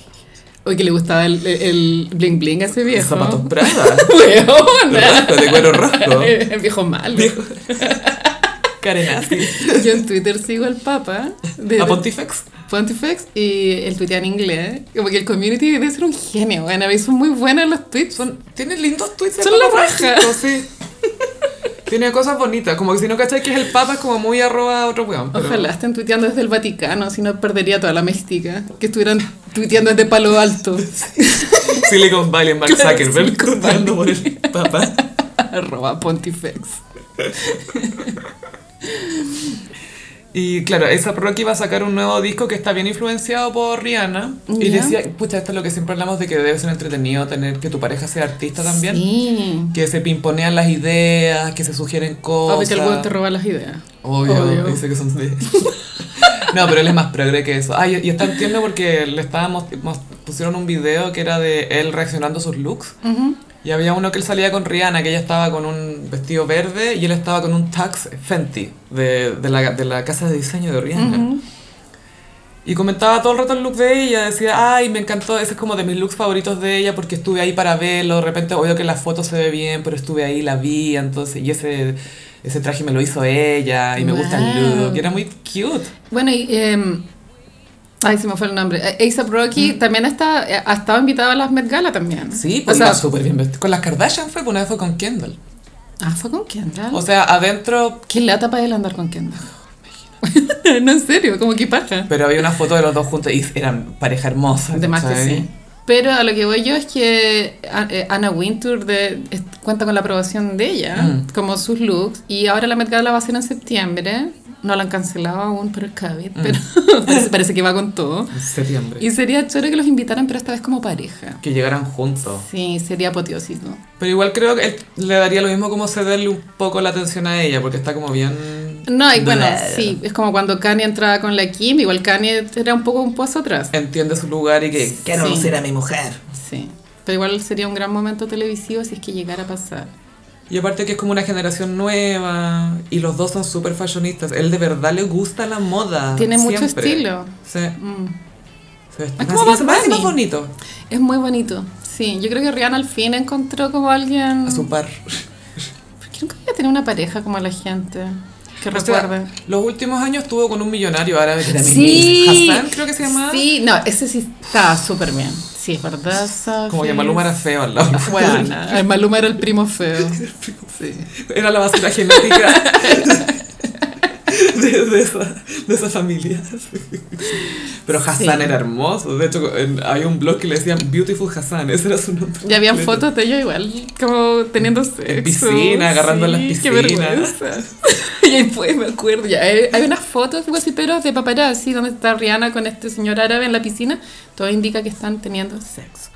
Oye, que le gustaba el, el bling bling a ese viejo.
Zapatos Prada.
Weona.
Rasco, de cuero rasco.
El viejo malo.
Viejo. Carenazzi.
Yo en Twitter sigo al Papa de
A Pontifex.
Pontifex y él tuitea en inglés. Como que el community debe ser un genio, bueno, a veces son muy buenas los tweets.
Son, tiene lindos tweets. de
Son
Papa
la raja.
Francisco, Sí. Tiene cosas bonitas, como que si no cachai que es el papa es como muy arroba a otro weón. pero-
Ojalá estén tuiteando desde el Vaticano, si no perdería toda la mística. Que estuvieran tuiteando desde Palo Alto.
Silicon Valley, Mark
Claro,
Zuckerberg,
Silicon
contando por el papa.
Arroba Pontifex.
Y claro, esa Rocky va a sacar un nuevo disco que está bien influenciado por Rihanna. Y
Ya.
decía, pucha, esto es lo que siempre hablamos de que debe ser entretenido tener que tu pareja sea artista también.
Sí.
Que se pimponean las ideas, que se sugieren cosas.
Obvio que el weón te roba las ideas.
Obvio,
Obvio.
dice que son de- No, pero él es más progre que eso. Ay, y está entiendo porque le estábamos pusieron un video que era de él reaccionando a sus looks.
Ujú.
Y había uno que él salía con Rihanna, que ella estaba con un vestido verde y él estaba con un tux Fenty de, de la, de la casa de diseño de Rihanna.
Ujú.
Y comentaba todo el rato el look de ella, decía, ay, me encantó, ese es como de mis looks favoritos de ella porque estuve ahí para verlo, de repente obvio que en la foto se ve bien, pero estuve ahí, la vi, entonces, y ese, ese traje me lo hizo ella, y me gusta el
Wow.
look, y era muy cute.
Bueno, y. em, Ay, se me fue el nombre. Eh, A$AP Rocky también está, eh, ha estado invitado a las Met Gala también.
Mm. Sí,
o
pues
sea,
iba súper bien vestido. Con las Kardashian fue, pues una vez fue con Kendall.
Ah, fue con Kendall.
O sea, adentro,
Qué lata para él andar con Kendall. no, en serio, como que paja.
pero había una foto de los dos juntos y eran pareja hermosa.
De más que
¿cachai?
sí. Pero a lo que voy yo es que a- eh, Anna Wintour de- es- cuenta con la aprobación de ella,
Mm.
como sus looks, y ahora la Met Gala va a ser en septiembre. No la han cancelado aún por el COVID,
Mm.
pero parece, parece que va con todo.
En septiembre.
Y sería choro que los invitaran, pero esta vez como pareja.
Que llegaran juntos.
Sí, sería apoteósico.
Pero igual creo que él le daría lo mismo como cederle un poco la atención a ella, porque está como bien...
No, y bueno,
Blah.
sí, es como cuando Kanye entraba con la Kim, igual Kanye era un poco un paso atrás.
Entiende su lugar y que...
Quiero Sí. lucir
a mi mujer.
Sí, pero igual sería un gran momento televisivo si es que llegara a pasar.
Y aparte que es como una generación nueva y los dos son súper fashionistas. Él de verdad le gusta la moda.
Tiene mucho
siempre.
estilo.
Sí.
Mm.
sí.
Es como
Más-
Bad
más- más
Bunny.
bonito.
Es muy bonito, sí. Yo creo que Rihanna al fin encontró como alguien...
A su par.
¿Por qué nunca voy a tener una pareja como la gente? Que
O sea,
recuerde.
los últimos años estuvo con un millonario árabe que también Hassan creo que se llamaba.
Sí, no, ese sí estaba súper bien. Sí, es verdad. Sophie.
Como que Maluma era feo al lado.
Bueno, el Maluma era el primo feo. Sí.
Era la basura genética de, de esa, de esa familia. Pero Hassan
Sí.
era hermoso. De hecho, en- había un blog que le decían Beautiful Hassan. Ese era su nombre.
Y habían
completo.
fotos de ellos igual, como teniendo sexo.
En piscina, agarrando en las
Qué
piscinas.
vergüenza. y después me acuerdo, ya, eh, hay unas fotos gossiperos de paparazzi donde está Rihanna con este señor árabe en la piscina. Todo indica que están teniendo sexo.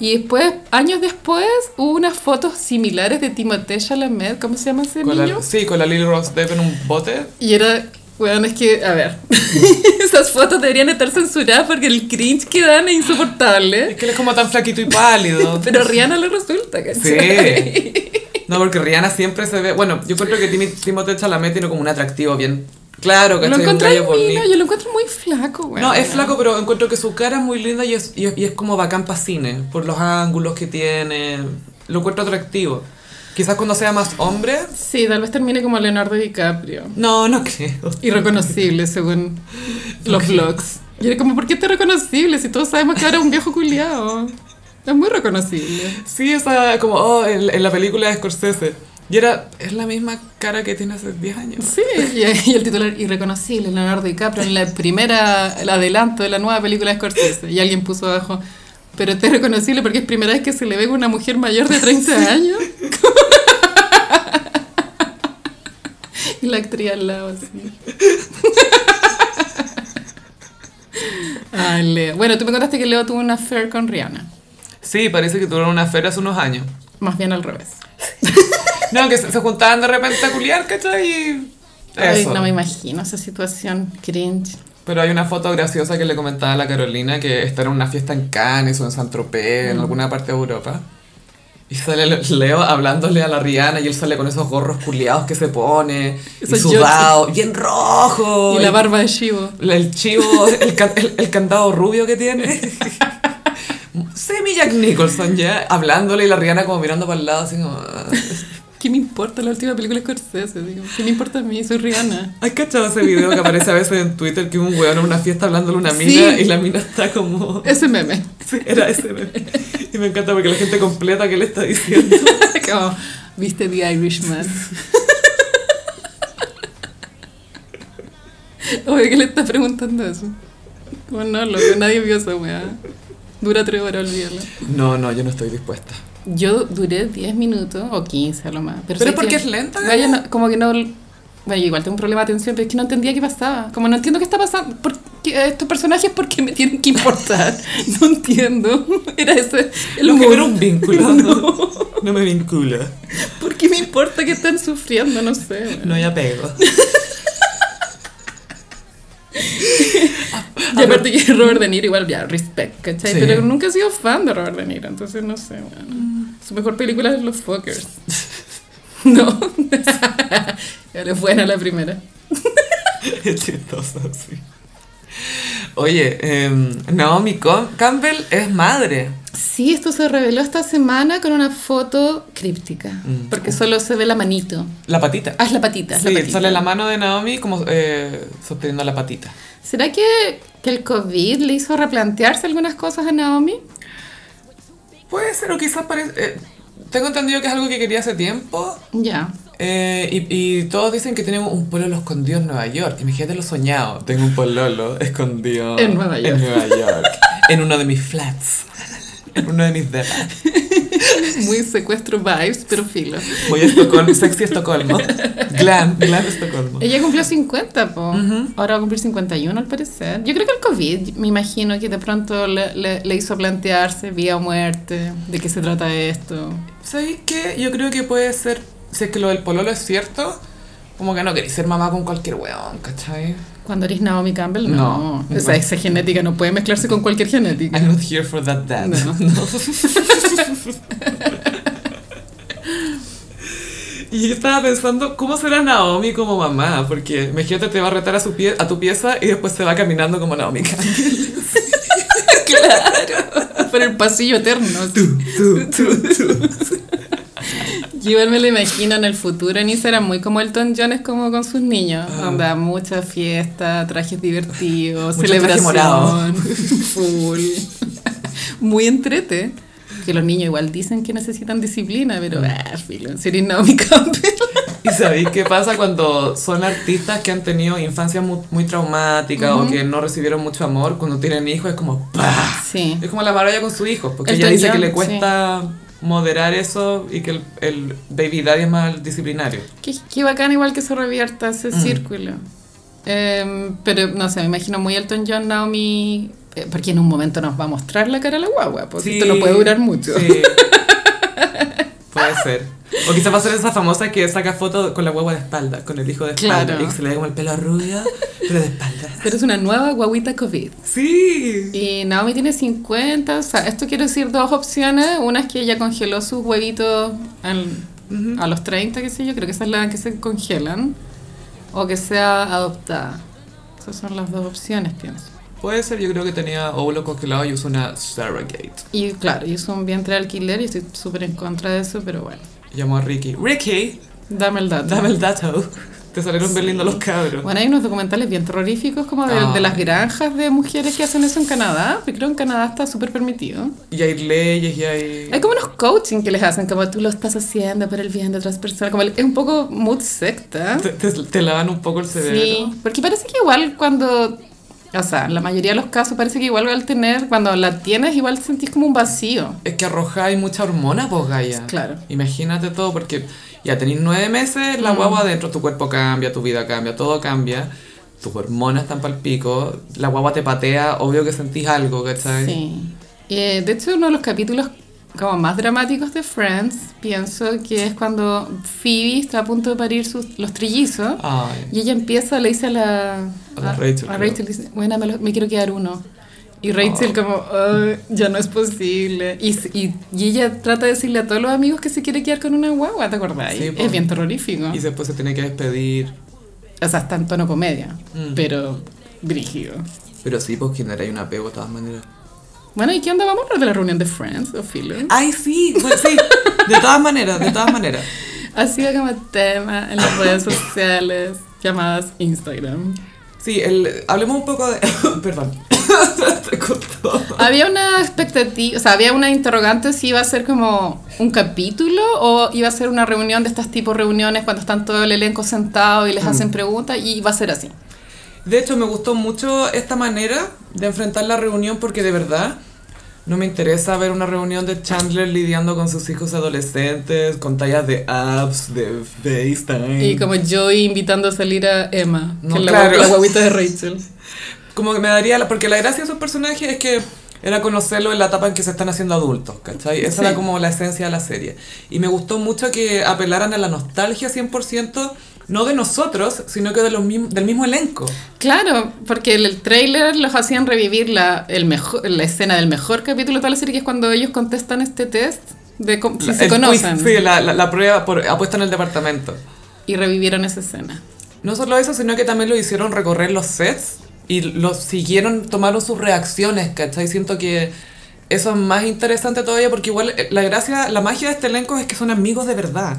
Y después, años después, hubo unas fotos similares de Timothée Chalamet, ¿cómo se llama ese
Con
niño?
la, sí, con la Lily Rose Depp en un bote.
Y era, bueno, es que, a ver, esas fotos deberían estar censuradas porque el cringe que dan es insoportable.
Es que él es como tan flaquito y pálido.
Pero a Rihanna le resulta, ¿cachai?
Sí. No, porque Rihanna siempre se ve. Bueno, yo encuentro que Timi- Timothée Chalamet tiene como un atractivo bien claro,
Lo
¿cachai? Un
encontré
gallo
fino,
bonito.
yo lo encuentro muy flaco, güey.
No, es flaco, pero encuentro que su cara es muy linda y es, y es, y es como bacán para cine, por los ángulos que tiene. Lo encuentro atractivo. Quizás cuando sea más hombre.
Sí, tal vez termine como Leonardo DiCaprio.
No, no creo.
Irreconocible, según los vlogs. Y era como, ¿por qué está reconocible si todos sabemos que ahora es un viejo culiao? Es muy reconocible.
Sí, esa como oh, en, en la película de Scorsese. Y era, es la misma cara que tiene hace 10 años.
Sí, y, y el titular Irreconocible, Leonardo DiCaprio, en la primera, el adelanto de la nueva película de Scorsese. Y alguien puso abajo, pero está irreconocible porque es primera vez que se le ve a una mujer mayor de 30 años. y la actriz al lado así. Ay, Leo. Bueno, tú me contaste que Leo tuvo una affair con Rihanna.
Sí, parece que tuvieron una feria hace unos años.
Más bien al revés.
No, que se, se juntaban de repente a culiar, ¿cachai? Y
Ay,
eso.
no me imagino esa situación cringe.
Pero hay una foto graciosa que le comentaba a la Carolina que está en una fiesta en Cannes o en Saint-Tropez, en alguna parte de Europa. Y sale Leo hablándole a la Rihanna y él sale con esos gorros culiados que se pone, y
Esos
sudado, bien rojo.
Y la barba de Chivo.
La- El chivo, el, can- el- el candado rubio que tiene. Semi Jack Nicholson ya, hablándole y la Rihanna como mirando para el lado, así como. ah.
¿Qué me importa la última película de Scorsese? Digo, ¿Qué me importa a mí? Soy Rihanna.
¿Has cachado ese video que aparece a veces en Twitter que un weón en una fiesta hablándole a una mina
Sí.
y la mina está como.
Ese meme.
Sí, era ese meme. Y me encanta porque la gente completa que le está diciendo.
Como, ¿viste The Irishman? Oye, ¿qué le está preguntando eso? Como, no, loco, nadie vio esa weá. Dura tres horas, olvídalo.
No, no, yo no estoy dispuesta.
Yo duré 10 minutos, o 15 a lo más.
Pero
sé
porque
que-
es lenta,
Vaya, no- como que no, Bueno, yo igual tengo un problema de atención, pero es que no entendía qué pasaba. Como no entiendo qué está pasando. ¿Por qué eh, estos personajes por qué me tienen que importar? No entiendo. Era ese el
Lo que no
humor.
era un vínculo. No,
No.
no me vincula.
¿Por qué me importa que estén sufriendo? No sé. bueno.
No hay apego.
Y aparte que Robert De Niro igual, ya, respect, ¿cachai?
Sí.
Pero nunca he sido fan de Robert De Niro, entonces no sé,
Mm.
bueno. Su mejor película es Los Fuckers. no. Pero es buena la primera.
Es chistoso, sí. Oye, em, Naomi Co- Campbell es madre.
Sí, esto se reveló esta semana con una foto críptica,
Mm.
porque solo se ve la manito.
La patita.
Haz la patita, haz la
Sí,
patita.
sale la mano de Naomi como eh, sosteniendo la patita.
¿Será que, que el COVID le hizo replantearse algunas cosas a Naomi?
Puede ser, o quizás parece... eh, tengo entendido que es algo que quería hace tiempo.
Ya.
eh, y, y todos dicen que tienen un pololo escondido en Nueva York. Imagínate lo soñado. Tengo un pololo escondido
En Nueva York.
En Nueva York. en uno de mis flats. En uno de mis depas.
Muy secuestro vibes, pero filo.
Voy a Estocolmo, sexy Estocolmo. Glam, glam Estocolmo.
Ella cumplió 50, po. Ahora va a cumplir 51 al parecer. Yo creo que el COVID, me imagino que de pronto le, le- le hizo plantearse vida o muerte, de qué se trata esto.
¿Sabéis qué? Yo creo que puede ser, si es que lo del pololo es cierto, como que no queréis ser mamá con cualquier weón, ¿cachai?
Cuando eres Naomi Campbell, no.
No.
O sea, esa genética no puede mezclarse con cualquier genética.
I'm not here for that dad.
No.
Y yo estaba pensando, ¿cómo será Naomi como mamá? Porque imagínate, te va a retar a, su pie, a tu pieza y después se va caminando como Naomi.
Por el pasillo eterno.
Tú, tú, tú.
Yo igual me lo imagino en el futuro en Instagram muy como Elton John es como con sus niños.
Ah.
Onda, mucha fiesta, trajes divertidos,
Mucho traje morado.
celebración, full. muy entrete. Que los niños igual dicen que necesitan disciplina,
Mm.
pero ah, filo, si eres Naomi Campbell.
¿Y sabéis qué pasa cuando son artistas que han tenido infancia mu- muy, traumática o que no recibieron mucho amor? Cuando tienen hijos es como ¡pah!
Sí.
Es como la Mariah con su hijo, porque
El
ella dice que
John,
le cuesta moderar eso y que el, el baby daddy es más disciplinario.
Qué, qué bacán igual que se revierta ese círculo. Em, pero no sé, me imagino muy Elton John, Naomi, eh, porque en un momento nos va a mostrar la cara a la guagua, porque Pues esto no puede durar mucho.
Sí. puede ser. O quizás va a ser esa famosa que saca fotos con la guagua de espalda, con el hijo de espalda,
Claro.
y que se le ve como el pelo rubio, pero de espalda.
Pero es una nueva guaguita COVID.
Sí.
Y Naomi tiene 50, o sea, esto quiero decir dos opciones. Una es que ella congeló sus huevitos al- a los 30, qué sé yo, creo que esa es la que se congelan. O que sea adoptada. Esas son las dos opciones, pienso.
Puede ser, yo creo que tenía óvulo congelado y usó una surrogate.
Y claro, yo soy un vientre de alquiler y estoy súper en contra de eso, pero bueno,
Llamó a Ricky. Ricky,
dame el dato.
dame el dato. Te salieron bien lindos los cabros.
Bueno, hay unos documentales bien terroríficos como de, de las
Ay.
granjas de mujeres que hacen eso en Canadá, que creo en Canadá está súper permitido.
Y hay leyes y hay...
Hay como unos coaching que les hacen, como tú lo estás haciendo por el bien de otras personas, como el- es un poco mood secta.
Te, te- te lavan un poco el cerebro.
Sí, porque parece que igual cuando, o sea, en la mayoría de los casos parece que igual al tener, cuando la tienes igual sentís como un vacío.
Es que arrojáis mucha hormona, pues, Gaia.
Claro.
Imagínate todo, porque ya tenéis nueve meses, la
Mm.
guagua adentro, tu cuerpo cambia, tu vida cambia, todo cambia. Tus hormonas están pa'l pico, la guagua te patea, obvio que sentís algo, ¿cachai?
Sí. Eh, de hecho, uno de los capítulos como más dramáticos de Friends, pienso que es cuando Phoebe está a punto de parir sus, los trillizos.
Ay,
Y ella empieza, le dice a la,
A la Rachel, creo.
a
Oh.
Rachel, dice, bueno, me, lo- me quiero quedar uno. Y Rachel como, "Ay, ya no es posible. Y, s- y, y ella trata de decirle a todos los amigos que se quiere quedar con una guagua, ¿te acordás?
Sí, po.
es bien terrorífico.
y después se tiene que despedir.
O sea, está en tono comedia,
Mm.
pero brígido.
Pero sí, pues generáis un apego de todas maneras.
Bueno, ¿y qué onda? Vamos a hablar de la reunión de Friends, o Philo.
Ay, sí, bueno, sí, de todas maneras, de todas maneras.
Ha sido como tema en las redes sociales, llamadas Instagram.
Sí, el, hablemos un poco de... Perdón. Te cortó.
Había una expectativa, o sea, había una interrogante si iba a ser como un capítulo o iba a ser una reunión de estas tipo reuniones cuando están todo el elenco sentado y les
Mm.
hacen preguntas y va a ser así.
De hecho, me gustó mucho esta manera de enfrentar la reunión porque de verdad No me interesa ver una reunión de Chandler lidiando con sus hijos adolescentes, con tallas de apps, de FaceTime.
Y como Joey invitando a salir a Emma,
Mm. No,
que es la,
claro.
guagu- la guaguita de Rachel.
Como que me daría... la- porque la gracia de esos personajes es que era conocerlo en la etapa en que se están haciendo adultos, ¿cachai? Esa
Sí.
era como la esencia de la serie. Y me gustó mucho que apelaran a la nostalgia 100%, no de nosotros, sino que de los mim- del mismo elenco.
Claro, porque el, el tráiler los hacían revivir la, el mejor, la escena del mejor capítulo de toda la serie, que es cuando ellos contestan este test de com- si
La-
se
el
conocen.
quiz, sí, la, la- la prueba por apuesta en el departamento.
Y revivieron esa escena.
No solo eso, sino que también lo hicieron recorrer los sets y lo siguieron, tomaron sus reacciones, ¿cachai? Siento que eso es más interesante todavía porque igual eh, la gracia, la magia de este elenco es que son amigos de verdad.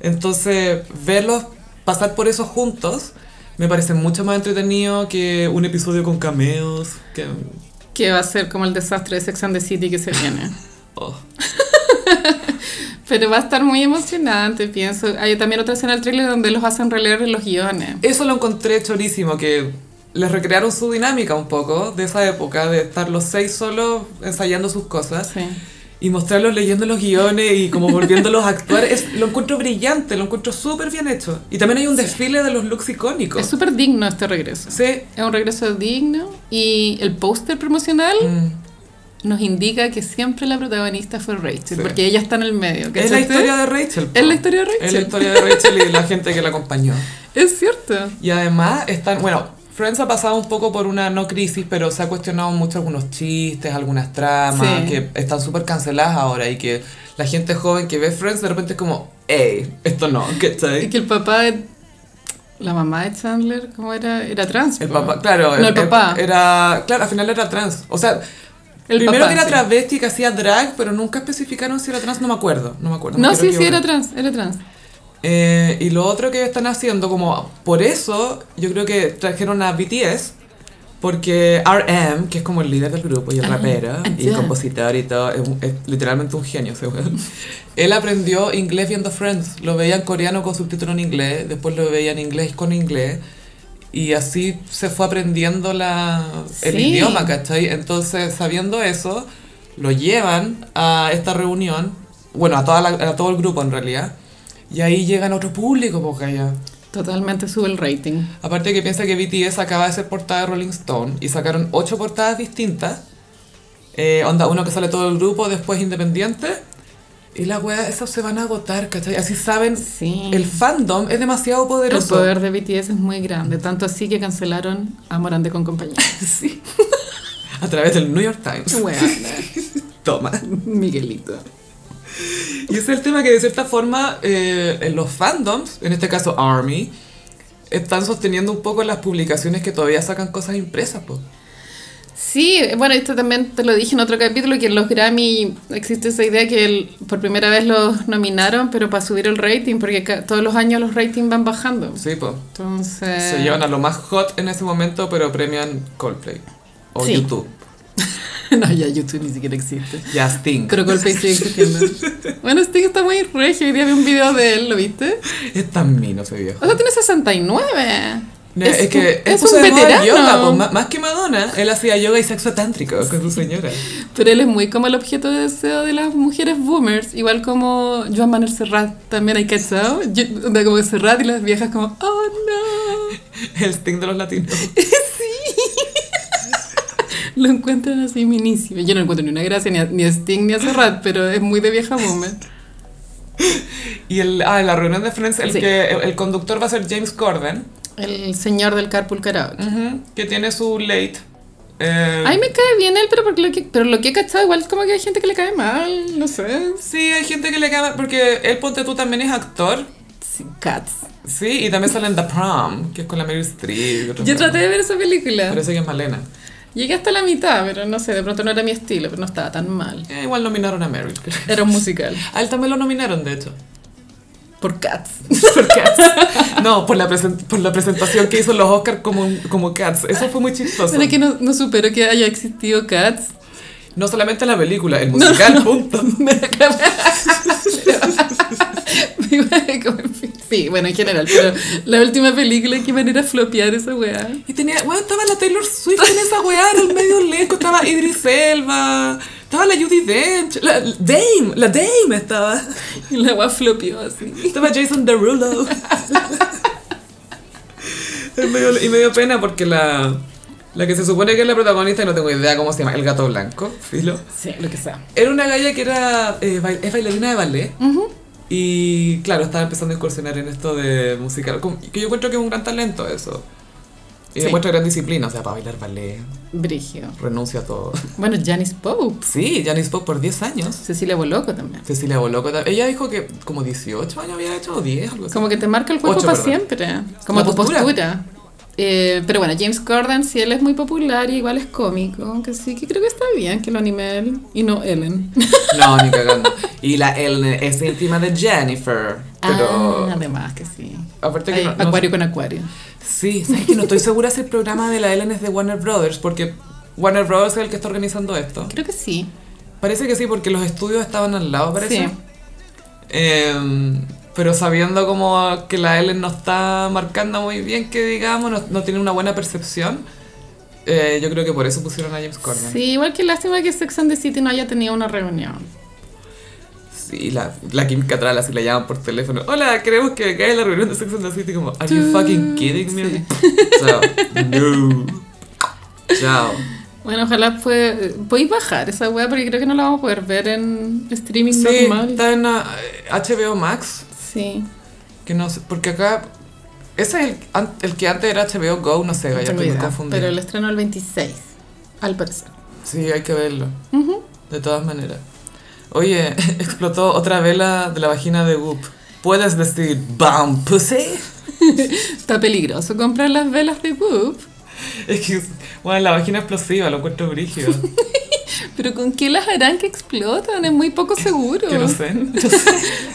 Entonces, verlos pasar por eso juntos me parece mucho más entretenido que un episodio con cameos. Que,
Que va a ser como el desastre de Sex and the City que se viene.
oh.
Pero va a estar muy emocionante, pienso. Hay también otra escena del tráiler donde los hacen releer los guiones.
Eso lo encontré chorísimo, que les recrearon su dinámica un poco de esa época, de estar los seis solos ensayando sus cosas.
Sí.
Y mostrarlos leyendo los guiones y como volviéndolos a actuar, es, lo encuentro brillante, lo encuentro súper bien hecho. Y también hay un desfile de los looks
Es
icónicos.
súper digno este regreso.
Sí.
Es un regreso digno y el póster promocional
Mm.
nos indica que siempre la protagonista fue Rachel,
Sí.
porque ella está en el medio.
Es la
¿cachaste?
historia de Rachel. po.
Es la historia de
Es la
Rachel.
historia de Rachel y la gente que la acompañó.
Es cierto.
Y además están, bueno, Friends ha pasado un poco por una no crisis, pero se ha cuestionado mucho algunos chistes, algunas tramas
Sí.
que están súper canceladas ahora y que la gente joven que ve Friends de repente es como, hey, esto no,
Y
¿cachai?
que el papá de... La mamá de Chandler, ¿cómo era? Era trans.
El
po.
papá, claro,
Mm. No, el papá.
era, claro, al final era trans. O sea,
El
primero
papá,
que era
sí.
travesti que hacía drag, pero nunca especificaron si era trans, no me acuerdo, no me acuerdo. me
No,
quiero
sí, sí,
equivocar.
era trans, era trans.
Eh, y lo otro que están haciendo, como por eso, yo creo que trajeron a BTS, porque RM, que es como el líder del grupo y el
Ah,
rapero y
ya.
compositor y todo, es, un- es literalmente un genio ese weón. Él aprendió inglés viendo Friends, lo veía en coreano con subtítulo en inglés, después lo veía en inglés con inglés. Y así se fue aprendiendo la, el
Sí.
idioma, ¿cachai? Entonces, sabiendo eso, lo llevan a esta reunión, bueno, a, toda la- a todo el grupo en realidad, y ahí llegan otro público, porque allá.
Totalmente sube el rating.
Aparte que piensa que BTS acaba de ser portada de Rolling Stone y sacaron ocho portadas distintas. Eh, onda, uno que sale todo el grupo, después independiente. Y la weá, esas se van a agotar, ¿cachai? Así saben,
Sí.
el fandom es demasiado
El
poderoso.
poder de BTS es muy grande, tanto así que cancelaron a Morande con compañía.
Sí. A través del New York Times.
Weona,
Toma.
Miguelito.
Y ese es el tema que de cierta forma eh, en los fandoms, en este caso ARMY, están sosteniendo un poco las publicaciones que todavía sacan cosas impresas, pues.
Sí, bueno, esto también te lo dije en otro capítulo, que en los Grammy existe esa idea que el- por primera vez los nominaron, pero para subir el rating, porque ca- todos los años los ratings van bajando.
Sí, pues.
Entonces...
Se llevan a lo más hot en ese momento, pero premian Coldplay o
Sí.
YouTube.
no, ya YouTube ni siquiera existe.
Ya Sting.
Pero Coldplay sigue existiendo. bueno, Sting está muy regio, hoy día vi un video de él, ¿lo viste?
Es tan mino ese viejo.
O sea, tiene 69.
No, es, que él
es
puso
un
de moda el
veterano.
yoga, po. Má- más que Madonna, él hacía yoga y sexo tántrico con su señora.
Pero él es muy como el objeto de deseo de las mujeres boomers, igual como Joan Manuel Serrat también hay cachado. Yo- onda como Serrat y las viejas como, oh no.
El Sting de los latinos.
Lo encuentran así minísimo. Yo no encuentro ni una gracia ni a, ni a Sting ni a Serrat, pero es muy de vieja boomer.
Y el, ah, en la reunión de Friends, el,
Sí.
que, el, el conductor va a ser James Corden,
El señor del carpool karaoke.
ujú, que tiene su late. eh,
Ay, me cae bien él, pero, porque lo que, pero lo que he cachado igual es como que hay gente que le cae mal, no sé.
Sí, hay gente que le cae porque él, ponte tú, también es actor.
Sí, Cats.
Sí, y también sale en The Prom, que es con la Meryl Streep. y otros
Yo
dramas.
traté de ver esa película.
Parece que es Malena.
Llegué hasta la mitad, pero no sé, de pronto no era mi estilo, pero no estaba tan mal.
Eh, igual nominaron a Meryl. creo.
Era un musical.
A él también lo nominaron, de hecho.
Por Cats.
Por Cats. No, por la, presen- por la presentación que hizo los Oscars como, como Cats. Eso fue muy chistoso.
Pero que no, no supero que haya existido Cats.
No solamente la película, el musical, punto.
sí, bueno, en general, pero la última película, qué manera flopear esa weá.
Y tenía, bueno, estaba la Taylor Swift en esa weá, en el medio lejos, estaba Idris Elba, estaba estaba la Judy Dench, la Dame, la Dame estaba.
Y la agua flopió así.
Estaba Jason Derulo. y, me dio, y me dio pena porque la, la que se supone que es la protagonista, y no tengo idea cómo se llama, el gato blanco, filo.
Sí, lo que sea.
Era una galla que era eh, bail- es bailarina de ballet.
Ujú.
Y claro, estaba empezando a incursionar en esto de musical. como- Que yo encuentro que es un gran talento eso. Y
Sí.
demuestra gran disciplina, o sea, para bailar ballet,
Brigio.
renuncia a todo.
Bueno, Janice Pope.
Sí, Janis Pop por 10 años.
Cecilia Boloco también.
Cecilia Boloco tam- Ella dijo que como 18 años había hecho, o 10, algo así.
Como que te marca el cuerpo
Ocho,
para
perdón.
siempre. Como
La
tu
postura.
postura. Eh, pero bueno, James Corden, sí, él es muy popular y igual es cómico. Que sí, que creo que está bien que lo anime él y no Ellen.
No, ni cagando. Y la Ellen es íntima de Jennifer. Pero.
Ah, además que sí.
Aparte Este que
Ay,
no- no-
acuario con acuario.
Sí, sabes que no estoy segura si el programa de la Ellen es de Warner Brothers, porque Warner Brothers es el que está organizando esto.
Creo que sí.
Parece que sí, porque los estudios estaban al lado, parece.
Sí.
Eh, pero sabiendo como que la Ellen no está marcando muy bien, que digamos, no, no tiene una buena percepción, eh, yo creo que por eso pusieron a James Corden.
Sí, igual que lástima que Sex and the City no haya tenido una reunión.
Sí, la, la Kim Catral así la llaman por teléfono. Hola, queremos que caiga la reunión de Sex and the City. Como, ¿Are you fucking kidding me? Chao. No. Chao.
Bueno, ojalá fue... Podéis bajar esa weá porque creo que no la vamos a poder ver en streaming
Sí,
normal.
está en ah, HBO Max.
Sí.
Que no sé, porque acá. Ese es el, an- el que antes era HBO Go, no sé, ya
No tengo
estoy muy
idea,
confundida.
pero el estreno el 26, al parecer.
Sí, hay que verlo. De todas maneras. Oye, explotó otra vela de la vagina de Whoop. ¿Puedes decir BAM Pussy?
Está peligroso comprar las velas de Whoop.
Es que, bueno, la vagina explosiva, lo encuentro brígido.
Pero ¿con qué las harán que explotan? Es muy poco seguro.
Que no sé. Yo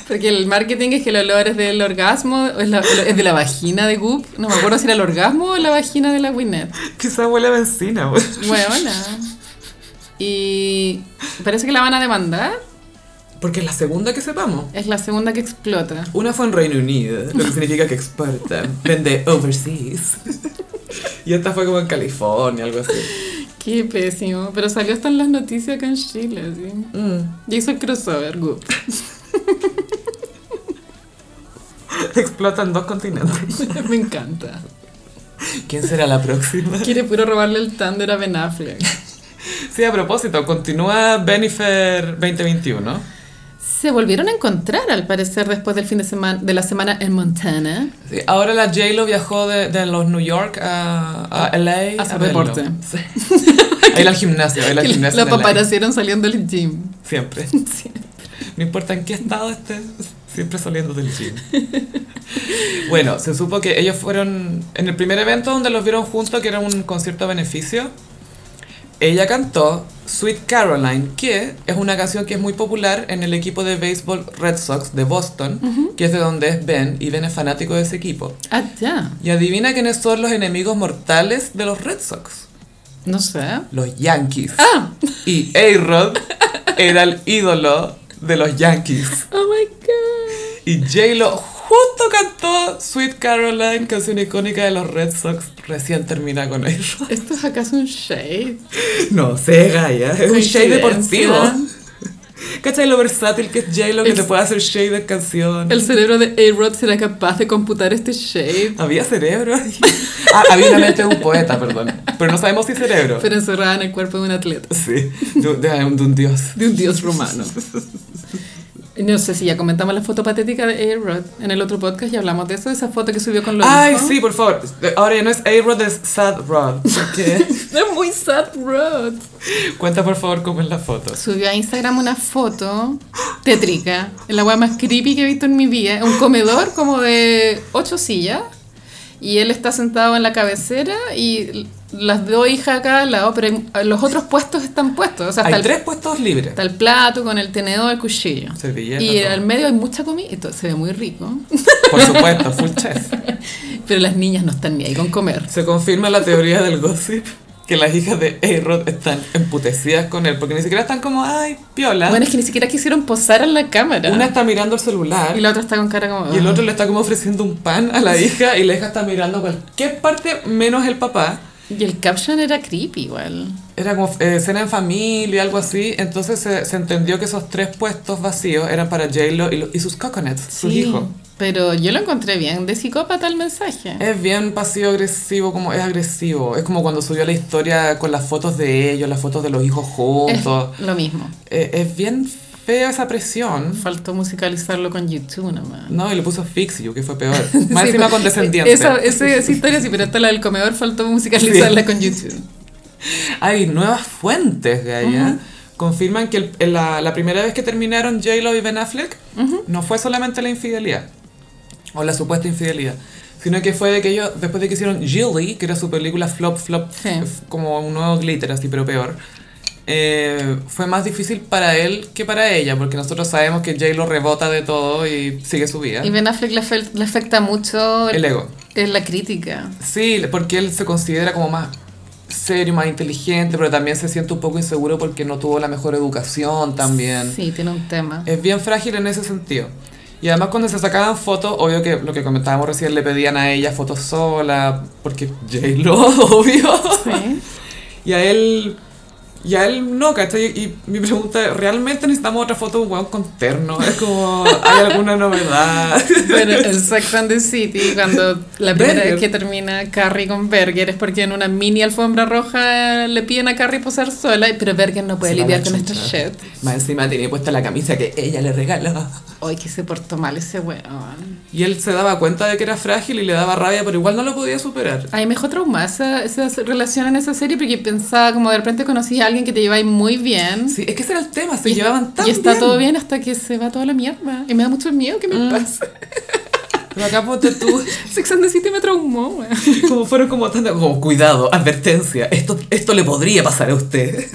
Porque el marketing es que el olor es del orgasmo, o es, la- es de la vagina de Goop. No me acuerdo si era el orgasmo o la vagina de la Winnet.
Quizá huele a benzina, güey.
Bueno, Y parece que la van a demandar.
Porque es la segunda que sepamos.
Es la segunda que explota.
Una fue en Reino Unido, lo que significa que exporta, vende overseas. Y esta fue como en California, algo así.
Qué pésimo. Pero salió hasta en las noticias acá en Chile. así.
Mm.
Ya hizo el crossover, Goop.
Explota en dos continentes.
Me encanta.
¿Quién será la próxima?
Quiere puro robarle el thunder a Ben Affleck.
Sí, a propósito, continúa Benifer 2021.
Se volvieron a encontrar, al parecer, después del fin de semana de la semana en Montana.
Sí, ahora la J-Lo viajó de, de los New York a, a LA
A hacer
verlo.
deporte.
Sí. A ir al gimnasio, a ir al
Que
gimnasio.
la
en LA.
paparacieron saliendo del gym.
Siempre.
Sí.
No importa en qué estado estés, siempre saliendo del gym. Bueno, se supo que ellos fueron en el primer evento donde los vieron juntos, que era un concierto a beneficio. Ella cantó Sweet Caroline, que es una canción que es muy popular en el equipo de béisbol Red Sox de Boston, que es de donde es Ben, y Ben es fanático de ese equipo.
Ah, ya.
Y adivina quiénes son los enemigos mortales de los Red Sox.
No sé.
Los Yankees.
Ah,
Y A-Rod era el ídolo de los Yankees.
oh my god.
Y J-Lo justo cantó Sweet Caroline, canción icónica de los Red Sox, recién termina con ellos.
¿Esto es acaso un shade?
No, se Gaia, es un shade deportivo.
Coincidencia.
¿Cachai lo versátil que es J-Lo que
El-
te puede hacer shade de canción?
¿El cerebro de A-Rod será capaz de computar este shade?
Había cerebro. ahí? Ah, había una mente de un poeta, perdón. Pero no sabemos si cerebro.
Pero encerrada en el cuerpo de un atleta.
Sí, de, un- de un- de un dios.
De un dios romano. No sé si ya comentamos la foto patética de A-Rod en el otro podcast y hablamos de eso, de esa foto que subió con los
Ay, sí, por favor. Ahora ya no es A-Rod, es Sad Rod. Porque-
Es muy sad, Rod.
Cuenta, por favor, cómo es la foto.
Subió a Instagram una foto tétrica, la weá más creepy que he visto en mi vida. Un comedor como de ocho sillas y él está sentado en la cabecera y l- las dos hijas acá al lado, pero hay- los otros puestos están puestos. O sea,
Hay
está, el,
tres puestos libres.
está el plato con el tenedor, el cuchillo.
Servilleta,
y
todo.
al medio hay mucha comida, y todo, se ve muy rico,
Por supuesto, full chef.
pero las niñas no están ni ahí con comer.
Se confirma la teoría del gossip que las hijas de A-Rod están emputecidas con él, porque ni siquiera están como, ay, piola.
Bueno, es que ni siquiera quisieron posar en la cámara.
¿Ah? Una está mirando el
y
celular
la otra ah. está con cara como...
y el otro le está como ofreciendo un pan a la hija y la hija está mirando cualquier parte menos el papá.
Y el caption era creepy igual.
Era como eh, cena en familia, algo así. Entonces se, se entendió que esos tres puestos vacíos eran para J-Lo y, lo- y sus coconuts, sus hijos.
Pero yo lo encontré bien de psicópata el mensaje.
Es bien pasivo-agresivo, como es agresivo. Es como cuando subió la historia con las fotos de ellos, las fotos de los hijos
Es
juntos.
lo mismo.
Eh, es bien fea esa presión.
Faltó musicalizarlo con YouTube nomás.
No, y le puso Fix You, que fue peor. Más
Sí,
encima
pues,
condescendiente.
Esa, esa, esa historia sí, pero hasta la del comedor faltó musicalizarla con YouTube.
Hay nuevas fuentes, Gaia. Confirman que el- en la, la primera vez que terminaron J-Lo y Ben Affleck no fue solamente la infidelidad o la supuesta infidelidad, sino que fue de que ellos, después de que hicieron Gilly, que era su película flop, flop,
Sí.
f- como un nuevo glitter así, pero peor. eh, fue más difícil para él que para ella, porque nosotros sabemos que J-Lo rebota de todo y sigue su vida.
Y Ben Affleck le, afel- le afecta mucho
El e- ego.
en la crítica.
Sí, porque él se considera como más serio, más inteligente, pero también se siente un poco inseguro porque no tuvo la mejor educación también. Eh.
Sí, tiene un tema.
Es bien frágil en ese sentido. Y además cuando se sacaban fotos, obvio que lo que comentábamos recién, le pedían a ella fotos sola, porque J-Lo, obvio.
Sí.
Y a él, y a él no, ¿cachai? Y mi pregunta es, ¿realmente necesitamos otra foto de un weón con terno? Es como, ¿hay alguna novedad?
Bueno, en Sex and the City, cuando la primera
Berger.
vez que termina Carrie con Berger es porque en una mini alfombra roja le piden a Carrie posar sola, pero Berger no puede
Se va
lidiar
la
con
chucha.
esta shit.
Más encima tenía puesta la camisa que ella le regaló.
Ay, que se portó mal ese weón.
Y él se daba cuenta de que era frágil y le daba rabia, pero igual no lo podía superar.
A mí me dejó traumada esa, esa relación en esa serie porque pensaba como de repente conocí a alguien que te lleváis muy bien.
Sí, es que ese era el tema, se
Y-
llevaban tan
Y está
bien. Mm.
todo bien hasta que se va toda la mierda. Y me da mucho miedo que me pase.
Pero acá ponte tú,
Sex and the City me traumó, weón.
como fueron como tan... Como, cuidado, advertencia, esto, esto le podría pasar a usted.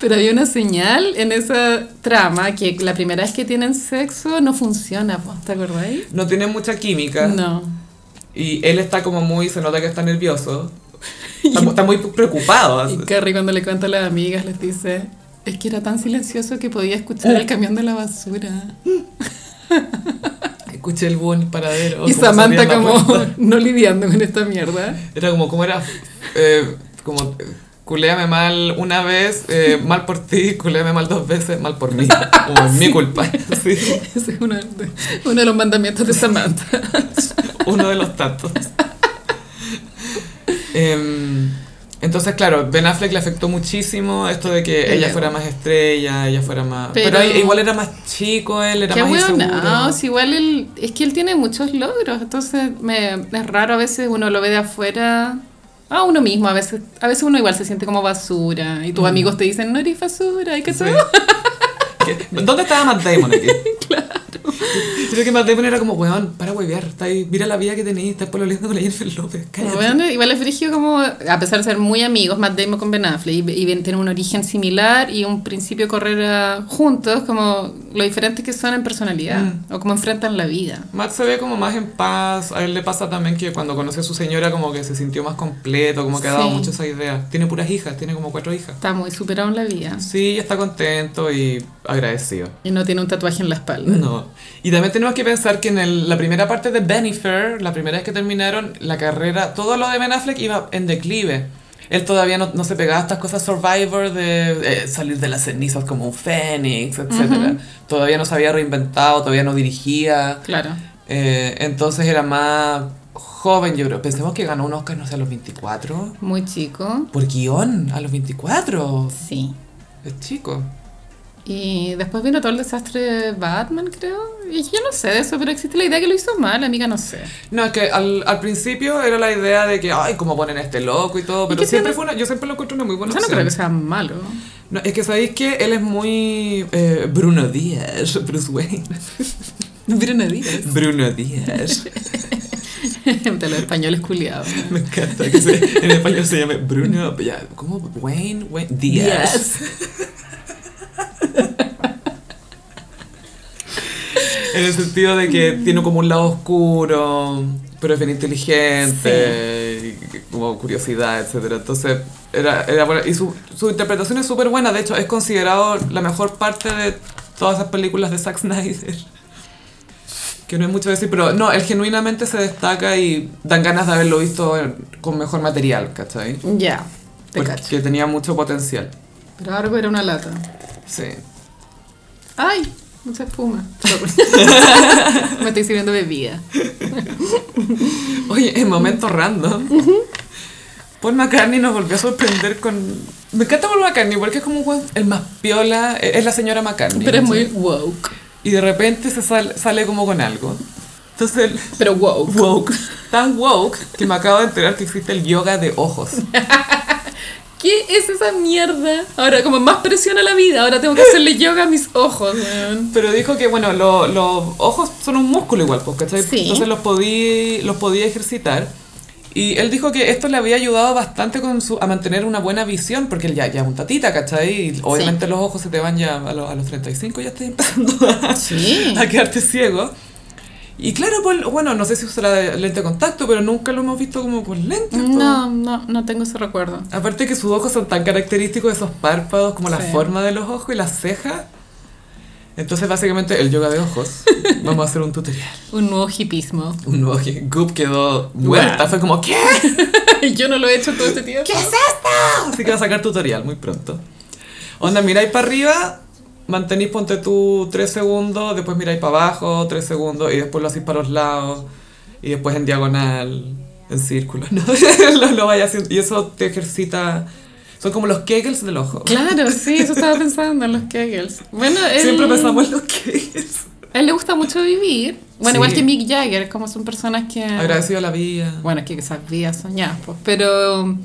Pero había una señal en esa trama que la primera vez que tienen sexo no funciona, po, ¿te acordáis?
No tiene mucha química
No.
y él está como muy... Se nota que está nervioso. Está, mu- está muy preocupado.
Y Carrie cuando le cuenta a las amigas les dice, es que era tan silencioso que podía
Uh.
escuchar el camión de la basura.
Escuché el búho en el paradero.
y
como
Samantha
salía en la
como
puerta.
no lidiando con esta mierda.
Era como, ¿cómo era? Eh, como... eh, Culéame mal una vez, eh, mal por ti, culéame mal dos veces, mal por mí. Como es mi culpa. Sí.
Ese es uno de, uno de los mandamientos de Samantha.
Uno de los tantos. Em, entonces, claro, Ben Affleck le afectó muchísimo esto de que
El
ella
ego.
fuera más estrella, ella fuera más... Pero,
Pero-
ahí- igual era más chico él, era
Qué
más
bueno,
inseguro.
no, si igual él, es que él tiene muchos logros, entonces me, es raro a veces uno lo ve de afuera, a uno mismo, a veces, a veces uno igual se siente como basura y tus amigos te dicen, no eres basura, hay que
Sí.
ser...
¿Qué? ¿Dónde estaba Matt Damon aquí? claro. Creo que Matt Damon era como, weón, para huevear, está ahí, mira la vida que tenéis, estás pololeando con la Jennifer López, cállate.
Bueno, igual es frigio como, a pesar de ser muy amigos, Matt Damon con Ben Affleck, y, y tienen un origen similar y un principio carrera juntos, como lo diferentes que son en personalidad, o como enfrentan la vida.
Matt se ve como más en paz, a él le pasa también que cuando conoció a su señora como que se sintió más completo, como que ha dado
Sí.
mucho esa idea. Tiene puras hijas, tiene como cuatro hijas.
Está muy superado en la vida,
Sí, está contento y agradecido.
y no tiene un tatuaje en la espalda.
No. Y también tenemos que pensar que en el- la primera parte de Benifer, la primera vez que terminaron la carrera, todo lo de Ben Affleck iba en declive. Él todavía no, no se pegaba a estas cosas Survivor de eh, salir de las cenizas como un fénix, etc. Todavía no se había reinventado, todavía no dirigía.
Claro.
Eh, entonces era más joven, yo creo. Pensemos que ganó un Oscar, no sé, a los 24.
Muy chico.
Por guión, a los 24.
Sí.
Es chico.
Y después vino todo el desastre de Batman, creo. Y yo no sé de eso, pero existe la idea que lo hizo mal, amiga, no sé.
No, es que al, al principio era la idea de que, ay, cómo ponen a este loco y todo, pero
que
siempre
tiene-
fue una, yo siempre lo encuentro una muy buena
Yo no
opción.
creo que sea malo.
No, es que sabéis que él es muy eh, Bruno Díaz, Bruce Wayne.
Bruno Díaz.
Bruno Díaz.
De los españoles culiados.
Me encanta que se- en español se llame Bruno, ya, ¿cómo? Wayne, Wayne Díaz. En el sentido de que
Mm.
tiene como un lado oscuro, pero es bien inteligente, y como curiosidad, etc. Entonces, era, era buena. Y su, su interpretación es súper buena, de hecho, es considerado la mejor parte de todas esas películas de Zack Snyder. que no hay mucho que decir, pero no, él genuinamente se destaca y dan ganas de haberlo visto en- con mejor material, ¿cachai?
Ya, te
Porque
cacho.
tenía mucho potencial.
Pero ahora era una lata.
Sí.
¡Ay! Mucha espuma. Me estoy sirviendo bebida.
Oye, en momentos random. Paul McCartney nos volvió a sorprender con... Me encanta Paul McCartney porque es como un weón- el más piola, e- es la señora McCartney.
Pero es muy
¿cachai?
woke.
Y de repente se sal- sale como con algo. Entonces, él-
Pero woke.
woke. Tan woke que me acabo de enterar que existe el yoga de ojos.
¿Qué es esa mierda? Ahora, como más presión a la vida, ahora tengo que hacerle yoga a mis ojos, weón.
Pero dijo que, bueno, lo- los ojos son un músculo igual, pues, ¿cachai?
Sí.
Entonces los podía, los podía ejercitar. Y él dijo que esto le había ayudado bastante con su, a mantener una buena visión, porque él ya ya es un tatita, ¿cachai? Y obviamente los ojos se te van ya a, los- a los 35, ya estás empezando a,
Sí.
a quedarte ciego. Y claro, pues, bueno, no sé si usará lente de contacto, pero nunca lo hemos visto como con lentes. pues.
No, no, no tengo ese recuerdo.
Aparte que sus ojos son tan característicos, esos párpados, como la
Sí.
forma de los ojos y las cejas. Entonces, básicamente, el yoga de ojos. Vamos a hacer un tutorial.
Un nuevo hipismo.
Un nuevo que Goop quedó muerta.
Bueno.
Fue como, ¿qué?
Yo no lo he hecho todo este tiempo.
¿Qué es esto? Así que va a sacar tutorial muy pronto. Onda, miráis para arriba, mantenéis, ponte tú 3 segundos, después miráis para abajo 3 segundos y después lo hacéis para los lados y después en diagonal, en círculo, ¿no? lo, lo vais haciendo y eso te ejercita... Son como los kegels del ojo.
Claro, sí, eso estaba pensando en los Kegels. Bueno, él,
Siempre pensamos en los kegels.
A él le gusta mucho vivir. Bueno,
Sí.
igual que Mick Jagger, como son personas que...
Agradecido a la vida.
Bueno, es que esas vías soñadas, pues. Pero um,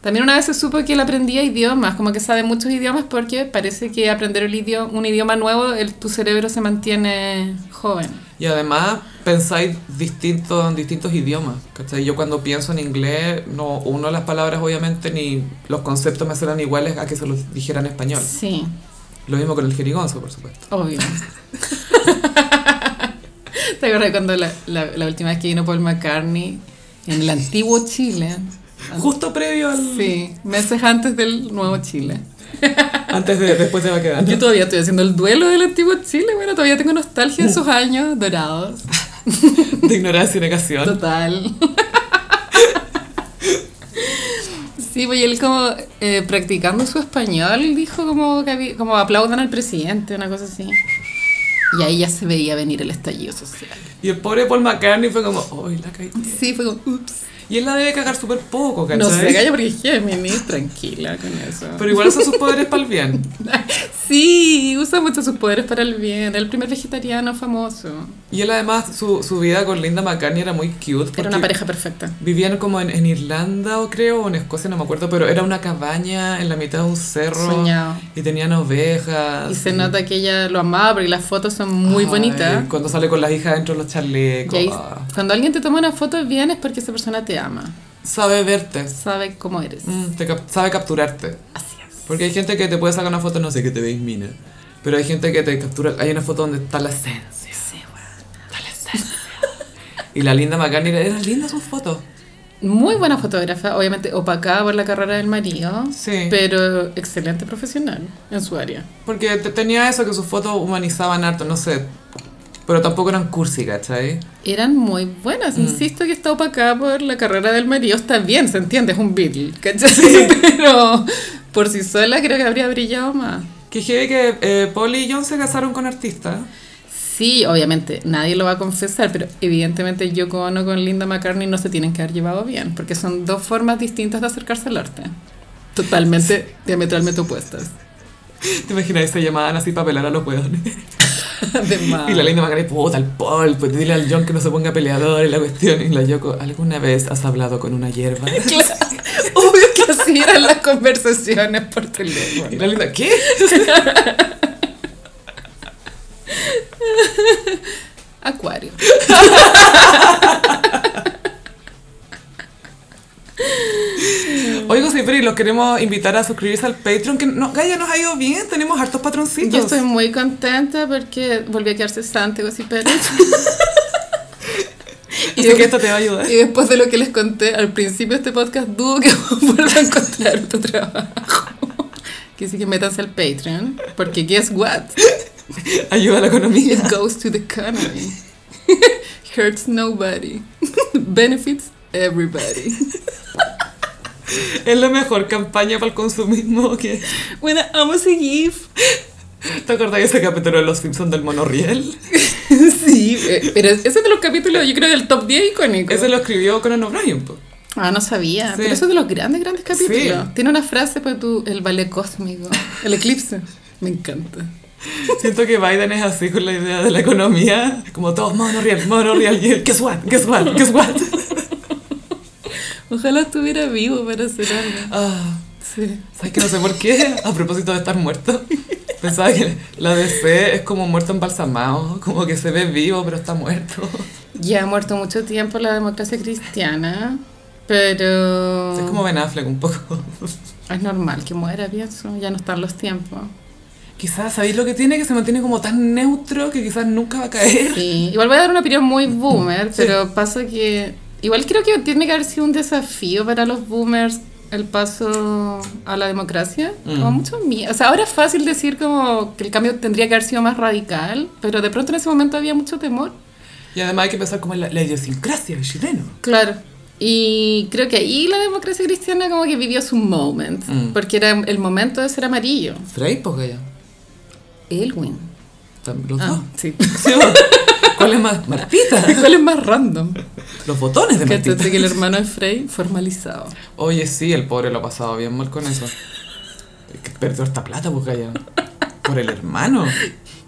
también una vez se supo que él aprendía idiomas, como que sabe muchos idiomas porque parece que aprender el idioma, un idioma nuevo, el, tu cerebro se mantiene joven.
Y además pensáis distinto, en distintos idiomas. ¿cachai? Yo cuando pienso en inglés, no uno las palabras obviamente ni los conceptos me serán iguales a que se los dijera en español.
Sí,
Lo mismo con el jerigonzo, por supuesto.
obvio. ¿Te acuerdas cuando la, la- la última vez que vino Paul McCartney en el antiguo Chile? Ah.
Justo previo al...
Sí, meses antes del nuevo Chile.
Antes de... Después de va quedando.
Yo todavía estoy haciendo el duelo del antiguo Chile, bueno, todavía tengo nostalgia de esos años dorados.
De ignorancia y negación.
Total. Sí, pues y él como eh, practicando su español dijo como, que había- como aplaudan al presidente, una cosa así. Y ahí ya se veía venir el estallido social.
Y el pobre Paul McCartney fue como... ¡Ay, la caí!
Sí, fue como, ups.
Y él la debe cagar súper poco, ¿cachai?
No se calla porque es Géminis, tranquila con eso.
Pero igual son sus poderes para el bien.
sí, usa mucho sus poderes para el bien. El primer vegetariano famoso.
Y él además, su, su vida con Linda McCartney era muy cute.
Era una
porque-
pareja perfecta.
Vivían como en, en Irlanda, o creo, o en Escocia, no me acuerdo, pero era una cabaña en la mitad de un cerro.
Soñado.
Y tenían ovejas.
Y se nota que ella lo amaba porque las fotos son muy
Ay,
bonitas.
Cuando sale con las hijas dentro de los
Y
chalecos.
ahí,
ah.
cuando alguien te toma una foto bien es porque esa persona te ama,
Sabe verte.
sabe cómo eres.
Mm, te cap- sabe capturarte.
Así es.
Porque hay gente que te puede sacar una foto, no sé, que te veis mina. Pero hay gente que te captura. Hay una foto donde está la esencia.
Sí, weón.
Está la esencia. y la linda McCartney era- eran lindas sus fotos.
Muy buena fotógrafa, obviamente opacada por la carrera del marido,
Sí.
pero excelente profesional en su área.
Porque te- tenía eso que sus fotos humanizaban harto, no sé. Pero tampoco eran cursi, ¿cachai?
Eran muy
Mm.
buenas, insisto que está opacada por la carrera del marido, está bien, se entiende, es un Beatle, ¿cachai? Pero por sí sola creo que habría brillado más.
Que heavy que eh, Paul y John se casaron con artistas.
Sí, obviamente, nadie lo va a confesar, pero evidentemente Yoko Ono con Linda McCartney no se tienen que haber llevado bien, porque son dos formas distintas de acercarse al arte. Totalmente, diametralmente opuestas.
¿Te imaginas? Se llamaban así para pelar a los hueones.
Además,
Y la linda Macarena, puta, al Paul, pues dile al John que no se ponga peleador y la cuestión. Y la Yoko, ¿alguna vez has hablado con una hierba?
obvio que así eran las conversaciones por
Y
teléfono.
la linda, ¿qué?
Acuario. Mm.
Oigo, sí, pero y los queremos invitar a suscribirse al Patreon, que no, Gaya, nos ha ido bien, tenemos hartos patroncitos.
Yo estoy muy contenta porque volví a quedar cesante, Gossy Pérez.
Así que esto te va a ayudar.
Y después de lo que les conté al principio de este podcast, dudo que vuelva a encontrar otro trabajo. Que sí que métanse al Patreon, porque guess what?
Ayuda a la economía.
It goes to the economy. Hurts nobody. Benefits everybody.
Es la mejor campaña para el consumismo que...
When I almost give.
¿Te acordás de ese capítulo de Los Simpsons del monorriel?
sí, eh, pero ese es de los capítulos, yo creo, del top 10 icónico.
Ese lo escribió Conan O'Brien, po.
Ah, no sabía.
Sí.
Pero eso es de los grandes, grandes capítulos.
Sí.
Tiene una frase para tu el ballet cósmico, el eclipse. Me encanta.
Siento que Biden es así con la idea de la economía. Como todos, monorriel, monorriel. Y él, guess what, guess what, guess what.
Ojalá estuviera vivo para hacer algo.
Ah,
Sí.
¿Sabes que no sé por qué? A propósito de estar muerto. Pensaba que la DC es como muerto embalsamado. Como que se ve vivo, pero está muerto.
Ya ha muerto mucho tiempo la democracia cristiana, pero
Es como Ben Affleck un poco.
es normal que muera, pienso. Ya no están los tiempos.
Quizás, ¿sabéis lo que tiene? Que se mantiene como tan neutro que quizás nunca va a caer.
Sí, igual voy a dar una opinión muy boomer, pero pasa que. Igual creo que tiene que haber sido un desafío para los boomers el paso a la democracia. Como mucho miedo. O sea, ahora es fácil decir como que el cambio tendría que haber sido más radical, pero de pronto en ese momento había mucho temor.
Y además hay que pensar como en la, la idiosincrasia del chileno.
Claro. Y creo que ahí la democracia cristiana como que vivió su moment,
Mm.
porque era el momento de ser amarillo.
Frey, porque ya.
Elwin.
Los
pues, Ah,
dos.
sí.
Sí, bo. ¿Cuál es más? Martita.
¿Cuál es más random?
Los botones de Martita.
Cáchate que el hermano de Frey formalizado.
Oye, sí, el pobre lo ha pasado bien mal con eso. Es que perdió esta plata, pues calla. Por el hermano.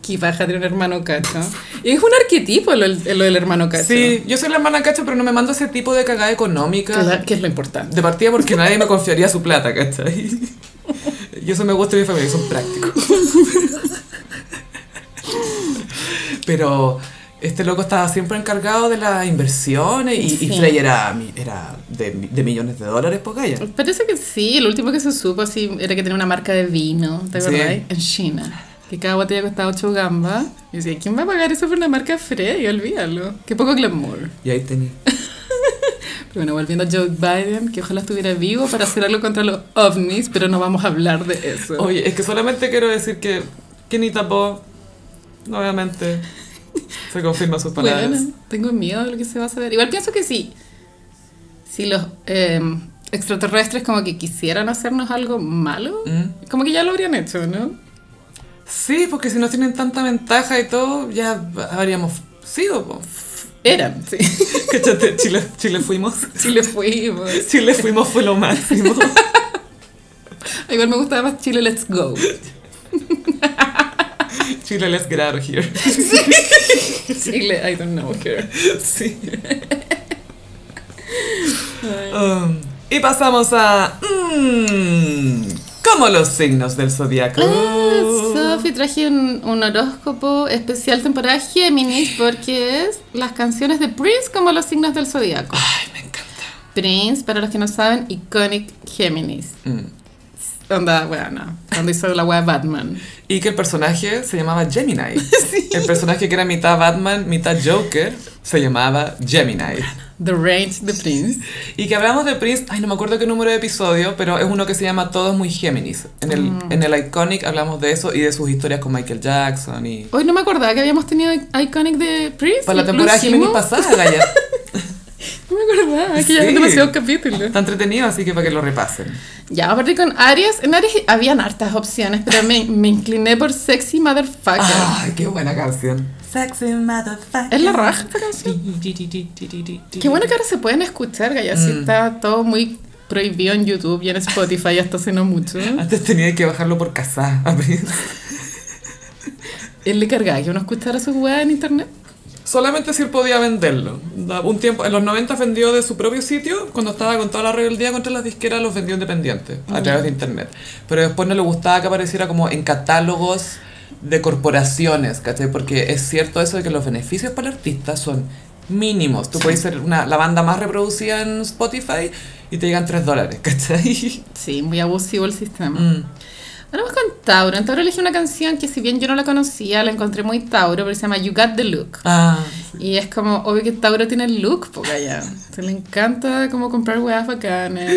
Que baja de un hermano cacho. Y es un arquetipo lo, lo del hermano cacho.
Sí, yo soy la hermana cacha, pero no me mando ese tipo de cagada económica.
Claro, Que es lo importante.
De partida porque nadie me confiaría su plata, ¿cachai? Y eso me gusta de mi familia, son prácticos. Pero este loco estaba siempre encargado de las inversiones y, y
Sí.
Frey era, mi- era de, mi- de millones de dólares, pues calla.
Parece que sí, lo último que se supo así era que tenía una marca de vino, ¿te
Sí.
acordás? En China. Que cada botella costaba 8 gambas. Y decía, ¿quién va a pagar eso por una marca Frey? Olvídalo. Qué poco glamour.
Y ahí tenía.
Pero bueno, volviendo a Joe Biden, que ojalá estuviera vivo para hacer algo contra los ovnis, pero no vamos a hablar de eso.
Oye, es que solamente quiero decir que Kenny tapó, obviamente, se confirma sus palabras.
Bueno, ¿eh? tengo miedo de lo que se va a saber. Igual pienso que sí. Si los eh, extraterrestres como que quisieran hacernos algo malo,
Mm.
como que ya lo habrían hecho, ¿no?
Sí, porque si no tienen tanta ventaja y todo, ya habríamos sido, po.
Eran, sí.
Cachate, Chile, Chile fuimos.
Chile fuimos.
Chile fuimos fue lo máximo.
Ah, Igual me gustaba más Chile Let's Go.
Chile, let's get out of here.
Chile, I don't know here.
Sí. Um, y pasamos a. mm, ¿Cómo los signos del zodiaco?
Ah,
Oh.
Sofi, traje un, un horóscopo especial temporada Géminis porque es las canciones de Prince como los signos del zodiaco.
Ay, me encanta.
Prince, para los que no saben, Iconic Géminis.
Mm.
Onda, bueno, cuando hizo la wea Batman.
Y que el personaje se llamaba Gemini. El personaje que era mitad Batman, mitad Joker, se llamaba Gemini.
The Range de Prince.
Y que hablamos de Prince, ay, no me acuerdo qué número de episodio, pero es uno que se llama Todos muy Géminis. En el, en el Iconic hablamos de eso y de sus historias con Michael Jackson y...
Hoy no me acordaba que habíamos tenido Iconic de Prince.
Para la
¿Lo
temporada
hicimos?
Géminis pasada, Gaya.
No me acordaba, es que ya
Sí.
hay demasiados capítulos.
Está entretenido, así que para que lo repasen.
Ya, aparte con Aries. En Aries habían hartas opciones, pero me, me incliné por Sexy Motherfucker.
Ay, qué buena canción. Sexy motherfucker.
Es la raja esta canción. Qué bueno que ahora se pueden escuchar, que ya sí
Mm.
está todo muy prohibido en YouTube y en Spotify hasta hace no mucho.
Antes tenía que bajarlo por casa a Prince.
Él le cargaba que uno escuchara sus weas en internet.
Solamente si él podía venderlo. Da- Un tiempo, en los 90 vendió de su propio sitio, cuando estaba con toda la rebeldía contra las disqueras, los vendió independientes, a través de internet. Pero después no le gustaba que apareciera como en catálogos de corporaciones, ¿cachai? Porque es cierto eso de que los beneficios para el artista son mínimos. Tú puedes ser una, la banda más reproducida en Spotify y te llegan 3 dólares, ¿cachai?
Sí, muy abusivo el sistema.
Mm.
Ahora vamos con Tauro. En Tauro elegí una canción que si bien yo no la conocía, la encontré muy Tauro, pero se llama You Got the Look.
Ah,
Y es como, obvio que Tauro tiene el look, porque ya, se le encanta como comprar weas bacanas,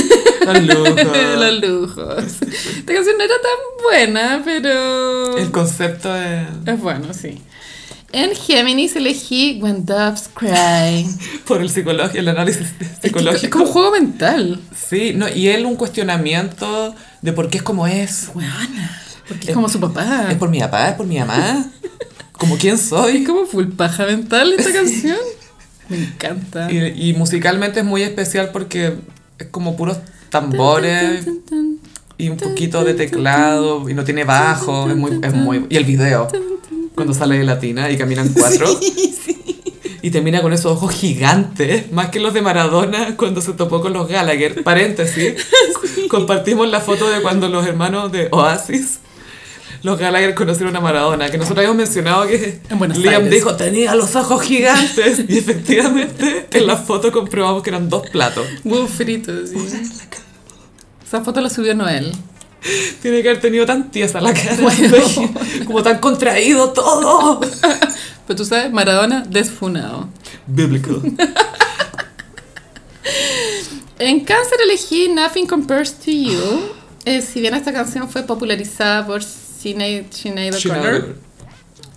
los
los
lujos.
lujos. Esta canción no era tan buena, pero
El concepto de...
es bueno, sí. En Géminis elegí When Doves Cry.
por el psicológico, el análisis
Es como
psicológico.
un juego mental.
Sí, no, y él un cuestionamiento de por qué es como es.
Weona. Porque es,
Es-
como su papá.
¿Es por mi papá? ¿Es por mi mamá? ¿Como quién soy?
Es como full paja mental esta canción. Me encanta.
Y, y musicalmente es muy especial porque es como puros tambores
Tun, tun,
y un poquito de teclado y no tiene bajo, es muy, es muy... Y el video,
tun, tun.
cuando sale de Latina y caminan cuatro. Y termina con esos ojos gigantes, más que los de Maradona cuando se topó con los Gallagher. Paréntesis, compartimos la foto de cuando los hermanos de Oasis, los Gallagher, conocieron a Maradona, que nosotros habíamos mencionado que
En Buenos
Liam
Aires.
dijo, tenía los ojos gigantes. Y efectivamente, en la foto comprobamos que eran dos platos.
Huevo frito, sí. Esa foto la subió Noel.
Tiene que haber tenido tan tiesa la cara,
Bueno.
como tan contraído todo.
Pero tú sabes, Maradona desfunado.
Bíblico.
En Cáncer elegí Nothing Compares to You. Eh, si bien esta canción fue popularizada por Sinead, Sinead O'Connor,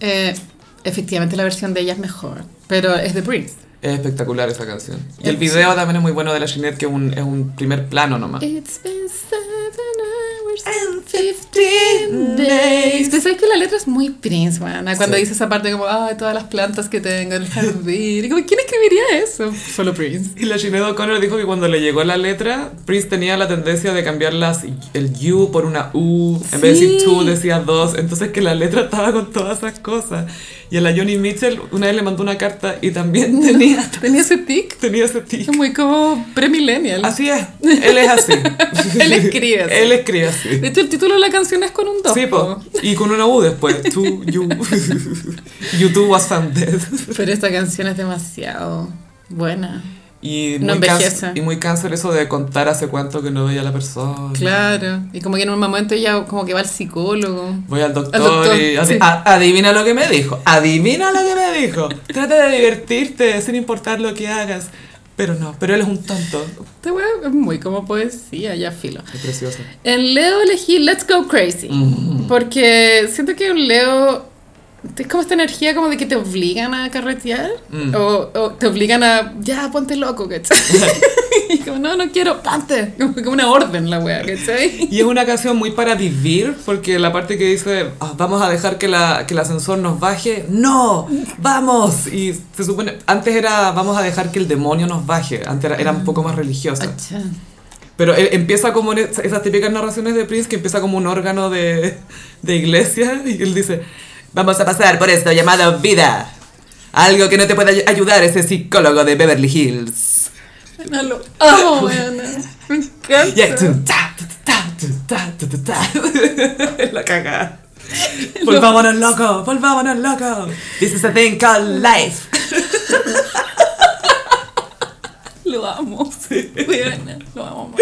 eh, efectivamente la versión de ella es mejor, pero es de Prince.
Es espectacular esa canción. Y
Eh,
el video también es muy bueno de la Ginette, que es un, es un primer plano nomás.
It's been seven hours and 15 days. ¿Tú sabes que la letra es muy Prince, weona? Cuando
Sí.
dice esa parte como, ay, todas las plantas que tengo en el jardín. Y como, ¿quién escribiría eso? Solo Prince.
Y la Sinead O'Connor dijo que cuando le llegó la letra, Prince tenía la tendencia de cambiar las, el you por una u, en vez de
Sí.
decir two decía dos, entonces que la letra estaba con todas esas cosas. Y a la Johnny Mitchell una vez le mandó una carta y también tenía,
Tenía ese tic.
tenía ese tic.
Es muy como premillennial.
Así es, él es así.
Él escribe así.
Él escribe así.
De hecho, el título de la canción es con un dos.
Sí, po.
po.
Y con una U después. Two, you. YouTube was undead.
Pero esta canción es demasiado buena.
Y
No
muy, cáncer-
envejece.
y muy cáncer eso de contar hace cuánto que no veía a la persona.
Claro. Y como que en un momento ella como que va al psicólogo.
Voy al doctor,
Al doctor,
y así,
sí.
"A- adivina lo que me dijo, adivina lo que me dijo. Trata de divertirte sin importar lo que hagas. Pero no, pero él es un tonto.
Esta weá es muy como poesía, ya filo.
Es precioso.
En Leo elegí Let's Go Crazy.
Mm.
Porque siento que un Leo es como esta energía como de que te obligan a carretear
Mm.
o, o te obligan a ya ponte loco, ¿cachai? y como no, no quiero, ponte. Como que una orden la wea, ¿cachai?
Y es una canción muy para vivir, porque la parte que dice, "Ah, vamos a dejar que, la, que el ascensor nos baje, no, vamos. Y se supone, antes era, vamos a dejar que el demonio nos baje, antes era, era un poco más religiosa.
Achá.
Pero e- empieza como en es- esas típicas narraciones de Prince que empieza como un órgano de, de iglesia y él dice, vamos a pasar por esto llamado vida. Algo que no te puede ay- ayudar ese psicólogo de Beverly Hills.
No lo amo, weona. Me encanta.
Y ahí, tu, ta, tu, ta, tu, ta, tu, tu, ta. La cagada. Volvámonos loco, volvámonos loco. This is a thing called life.
Lo amo. Weona, lo amo.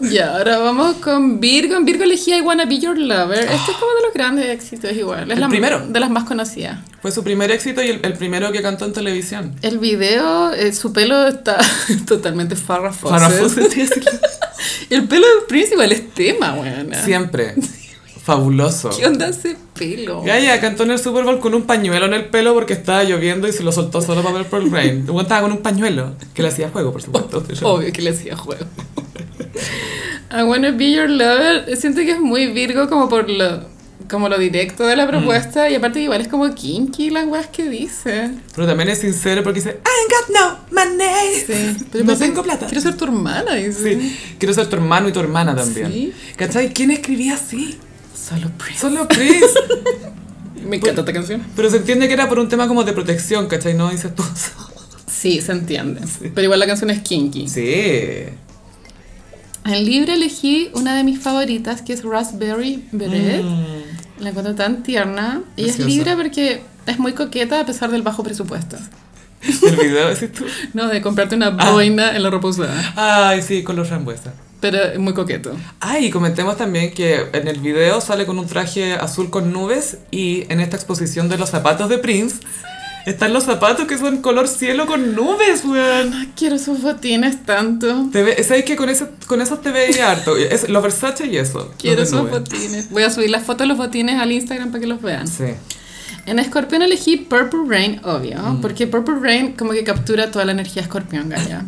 y ahora vamos con Virgo. En Virgo elegí I Wanna Be Your Lover. Este es como de los grandes éxitos igual. Es
El
la-
primero.
De las más conocidas.
Fue su primer éxito y el, el primero que cantó en televisión.
El video, eh, su pelo está totalmente Farrah
Farrah
Fawcett.
Fawcett.
El pelo de Prince igual es tema, weona.
Siempre. Fabuloso.
¿Qué onda ese pelo?
Gaya cantó en el Super Bowl con un pañuelo en el pelo porque estaba lloviendo y se lo soltó solo para ver Pearl Rain. Luego estaba con un pañuelo, que le hacía juego, por supuesto.
Obvio que le hacía juego. I Wanna Be Your Lover, siento que es muy Virgo como por lo, como lo directo
Mm.
de la propuesta y aparte igual es como kinky las weas que dice.
Pero también es sincero porque dice, I ain't got no money.
Pero
no
pensé,
tengo plata.
Quiero ser tu hermana, dice.
Sí, quiero ser tu hermano y tu hermana también.
Sí.
¿Cachai? ¿Quién escribía así?
Solo Prince.
Solo Prince.
Me encanta esta canción.
Pero se entiende que era por un tema como de protección, ¿cachai? No dices tú.
Sí, se entiende. Pero igual la canción es kinky.
Sí.
En Libre elegí una de mis favoritas, que es Raspberry Beret. La encuentro tan tierna. Y es
Mm. Preciosa.
libre porque es muy coqueta a pesar del bajo presupuesto.
El video, decís tú.
No, de comprarte una
Ah.
boina en la ropa usada.
Ay, sí, con los rambuesas.
Pero es muy coqueto.
Ah, y comentemos también que en el video sale con un traje azul con nubes y en esta exposición de los zapatos de Prince están los zapatos que son color cielo con nubes, weón.
No quiero sus botines tanto.
Te ve- ¿Sabes que con, eso, con esos te veía harto? Es, los Versace y eso. los
Quiero
de
sus
nubes.
botines. Voy a subir las fotos de los botines al Instagram para que los vean.
Sí.
En Escorpión elegí Purple Rain, obvio,
Mm.
porque Purple Rain como que captura toda la energía escorpión, Gaia.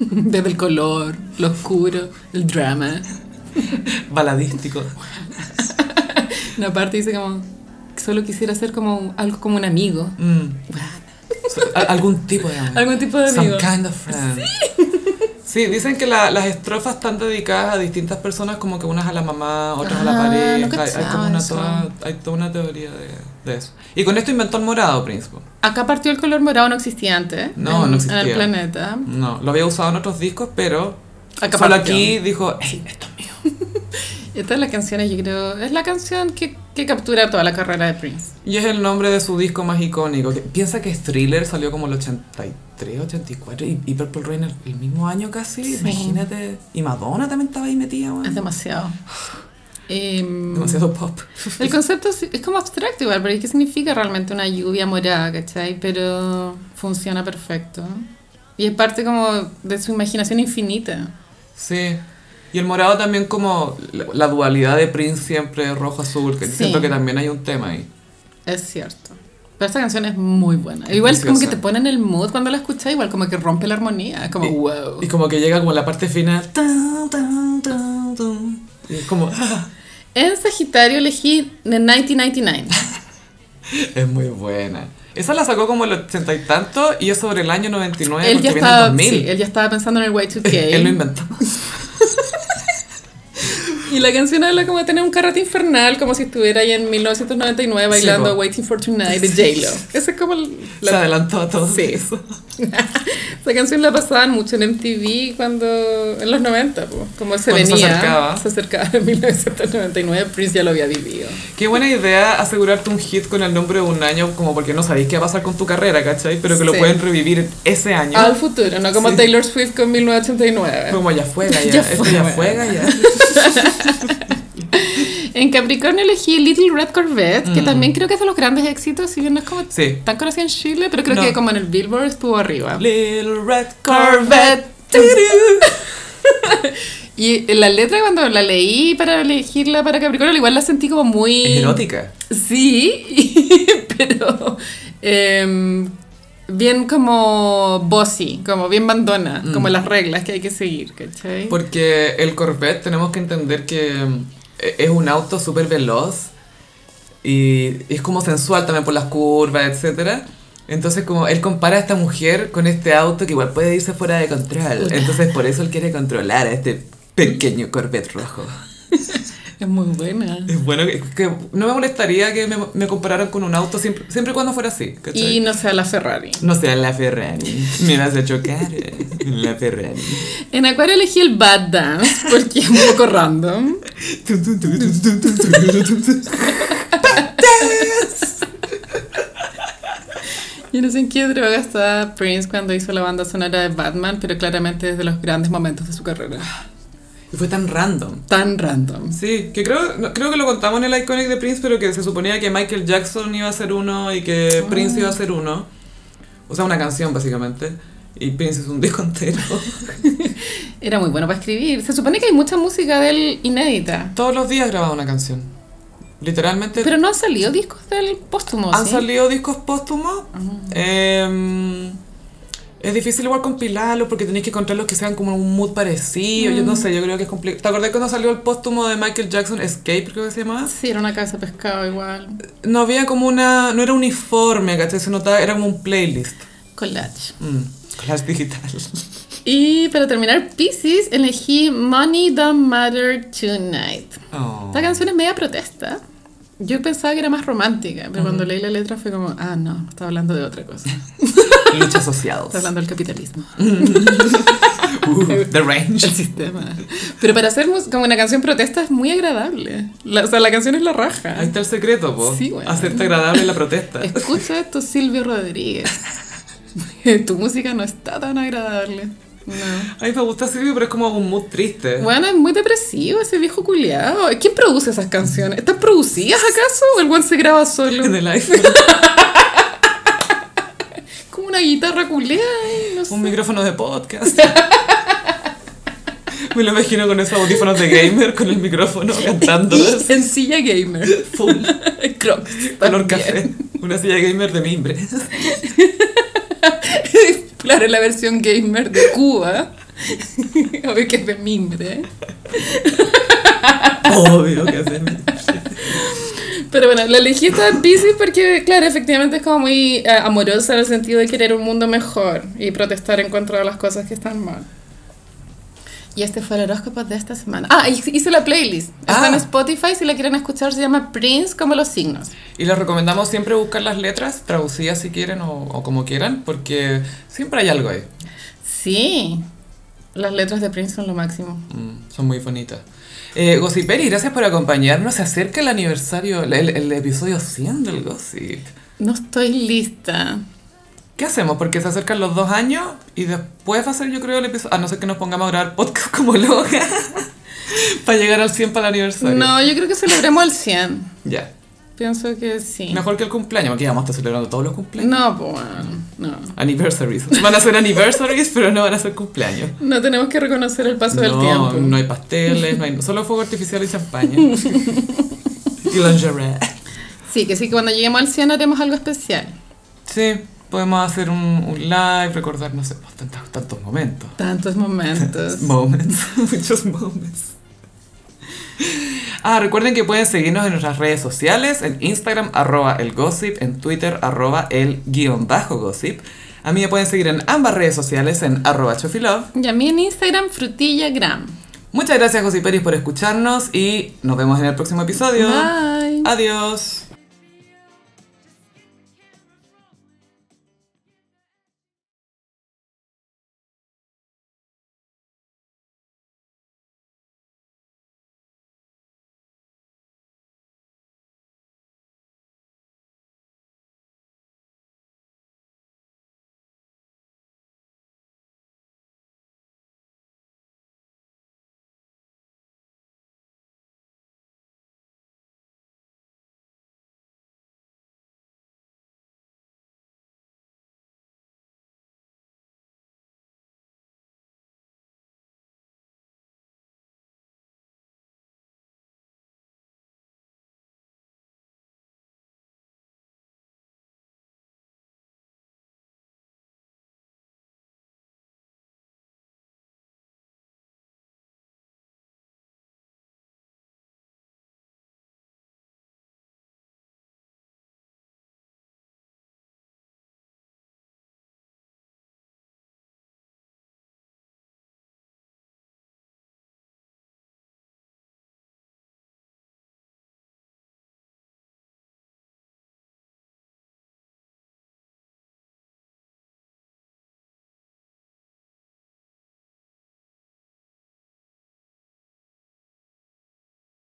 Desde el color, lo oscuro, el drama.
Baladístico.
No, aparte dice como, solo quisiera ser como algo como un amigo.
Mm. So- al- algún tipo de amigo.
Algún tipo de amigo.
Some kind of friend. Sí, dicen que la- las estrofas están dedicadas a distintas personas, como que unas a la mamá, otras a la
Ah, no
pareja. hay, hay
cachaba
como una
eso.
toda, hay toda una teoría de, de eso. Y con esto inventó el morado, Príncipe.
Acá partió el color morado, no existía antes.
No,
en,
no existía.
En el planeta.
No, lo había usado en otros discos, pero
Acá
solo
partió.
aquí dijo, "Ey, esto es mío.
Esta es la canción, yo creo, es la canción que, que captura toda la carrera de Prince.
Y es el nombre de su disco más icónico. que- piensa que Thriller salió como el 83, 84 y, y Purple Rain el, el mismo año casi.
Sí.
Imagínate. Y Madonna también estaba ahí metida, weón.
Es demasiado. Em,
Demasiado pop.
El concepto es, es como abstracto igual, pero ¿y ¿qué significa realmente una lluvia morada, cachai? Pero funciona perfecto. Y es parte como de su imaginación infinita.
Sí. Y el morado también como la, la dualidad de Prince siempre rojo-azul, que
Sí.
siento que también hay un tema ahí.
Es cierto. Pero esta canción es muy buena.
Es
igual como que
preciosa.
te pone en el mood cuando la escuchas, igual como que rompe la armonía, como
Y-
wow.
Y como que llega como la parte final. tan, tan, tan, tan, y es como... "Ah".
En Sagitario elegí The 1999.
Ah, Es muy buena. Esa la sacó como el ochenta y tanto y es sobre el año 99
él,
porque viene
ya
el
estaba,
2000.
sí, él ya estaba pensando en el Y2K.
Él lo inventó.
Y la canción habla como de tener un carrete infernal, como si estuviera ahí en 1999
Sí,
bailando
po.
Waiting for Tonight de J-Lo. Esa es como
Se
la,
adelantó a todo
Sí.
eso.
esa canción la pasaban mucho en MTV cuando en los 90, po. como se
Cuando se
venía,
acercaba.
se acercaba en 1999, Prince ya lo había vivido.
Qué buena idea asegurarte un hit con el nombre de un año, como porque no sabéis qué va a pasar con tu carrera, ¿cachai? Pero que lo
Sí.
pueden revivir ese año.
Al futuro, no como
Sí.
Taylor Swift con 1989.
Como ya fue, ya,
Ya
esto
fue,
ya
weón.
fue, ya.
En Capricornio elegí Little Red Corvette, que también creo que es de los grandes éxitos, si bien no es como
Mm. Sí.
tan conocido en Chile, pero creo
No.
que como en el Billboard estuvo arriba.
Little Red Corvette.
Corvette. Y la letra cuando la leí para elegirla para Capricornio, igual la sentí como muy...
Es erótica.
Sí, pero em, bien como bossy, como bien bandona,
Mm.
como las reglas que hay que seguir, ¿cachai?
Porque el Corvette tenemos que entender que mm, e- es un auto súper veloz y y es como sensual también por las curvas, etcétera. Entonces como él compara a esta mujer con este auto que igual puede irse fuera de control. Entonces por eso él quiere controlar a este pequeño Corvette rojo.
Es muy buena.
Es bueno que, que no me molestaría que me, me compararan con un auto siempre, siempre y cuando fuera así. ¿cachai?
Y no sé, la Ferrari.
No sea la Ferrari. Me vas a chocar. eh, La Ferrari.
En Acuario elegí el Bad Dance porque es un poco random. Yo no sé en qué droga estaba Prince cuando hizo la banda sonora de Batman, pero claramente es de los grandes momentos de su carrera.
Y fue tan random.
Tan random.
Sí, que creo, no, creo que lo contamos en el Iconic de Prince, pero que se suponía que Michael Jackson iba a ser uno y que Prince iba a ser uno. O sea, una canción básicamente. Y Prince es un disco entero.
Era muy bueno para escribir. Se supone que hay mucha música de él inédita.
Todos los días grababa una canción. Literalmente
Pero no han salido discos del póstumo,
han
¿sí? Ah.
salido discos póstumos. Em, es difícil igual compilarlos porque tenéis que encontrar los que sean como un mood parecido.
Mm.
Yo no sé, yo creo que es complicado. ¿Te acordás cuando salió el póstumo de Michael Jackson, Escape creo que se llamaba?
Sí, era una cabeza de pescado igual.
No había como una... no era uniforme, ¿cachai? Se notaba, era como un playlist.
Collage.
Mm, collage digital.
Y para terminar, Pisces, elegí Money Don't Matter Tonight.
Oh.
Esta canción es media protesta. Yo pensaba que era más romántica, pero cuando leí la letra fue como, ah, no, está hablando de otra cosa.
Lucha asociados.
Está hablando del capitalismo,
Uh, the Range.
el sistema. Pero para hacer mus- como una canción protesta es muy agradable. La- o sea, la canción es la raja.
Ahí está el secreto, po.
Sí, bueno.
Hacerte agradable la protesta.
Escucha esto, Silvio Rodríguez. tu música no está tan agradable. No.
A mí me gusta Silvio, pero es como un mood triste.
Bueno, es muy depresivo ese viejo culiado. ¿Quién produce esas canciones? ¿Están producidas acaso? ¿O el one se graba solo?
En el iPhone.
Como una guitarra culiada, ay, no sé.
Un micrófono de podcast. Me lo imagino con esos audífonos de gamer, con el micrófono cantando.
Y en silla gamer.
Full.
Crocs.
Color
también.
café. Una silla gamer de mimbre.
Claro, la versión gamer de Cuba. Obvio que es de mimbre.
Obvio que es de mimbre.
Pero bueno, la elegí tan Pisces porque, claro, efectivamente es como muy eh, amorosa en el sentido de querer un mundo mejor y protestar en contra de las cosas que están mal. Y este fue el horóscopo de esta semana. Ah, y hice la playlist. Está
Ah.
en Spotify, si la quieren escuchar, se llama Prince como los signos.
Y les recomendamos siempre buscar las letras, traducidas si quieren o, o como quieran, porque siempre hay algo ahí.
Sí, las letras de Prince son lo máximo.
Mm, son muy bonitas. Eh, Gossiperi, gracias por acompañarnos. Se acerca el aniversario, el, el episodio 100 del Gossip.
No estoy lista.
¿Qué hacemos? Porque se acercan los dos años y después va a ser, yo creo, el episodio. A no ser que nos pongamos a grabar podcast como loca. para llegar al 100 para el aniversario.
No, yo creo que celebremos el 100.
Ya.
Pienso que sí.
Mejor que el cumpleaños, porque ya vamos a estar celebrando todos los cumpleaños.
No, pues bueno, no.
Anniversaries. Van a ser anniversaries, pero no van a ser cumpleaños.
No tenemos que reconocer el paso del
No,
tiempo.
no hay pasteles, no hay, solo fuego artificial y champaña. y lingerie.
Sí, que sí, que cuando lleguemos al 100 haremos algo especial.
Sí, podemos hacer un, un live, recordar, no sé, pues, tantos, tantos momentos.
Tantos momentos.
Moments, muchos moments. Ah, recuerden que pueden seguirnos en nuestras redes sociales, en Instagram, arroba el gossip, en Twitter, arroba el guión bajo gossip. A mí me pueden seguir en ambas redes sociales, en arroba chofilove.
Y a mí en Instagram, frutillagram.
Muchas gracias, Gossiperis, por escucharnos y nos vemos en el próximo episodio.
Bye.
Adiós.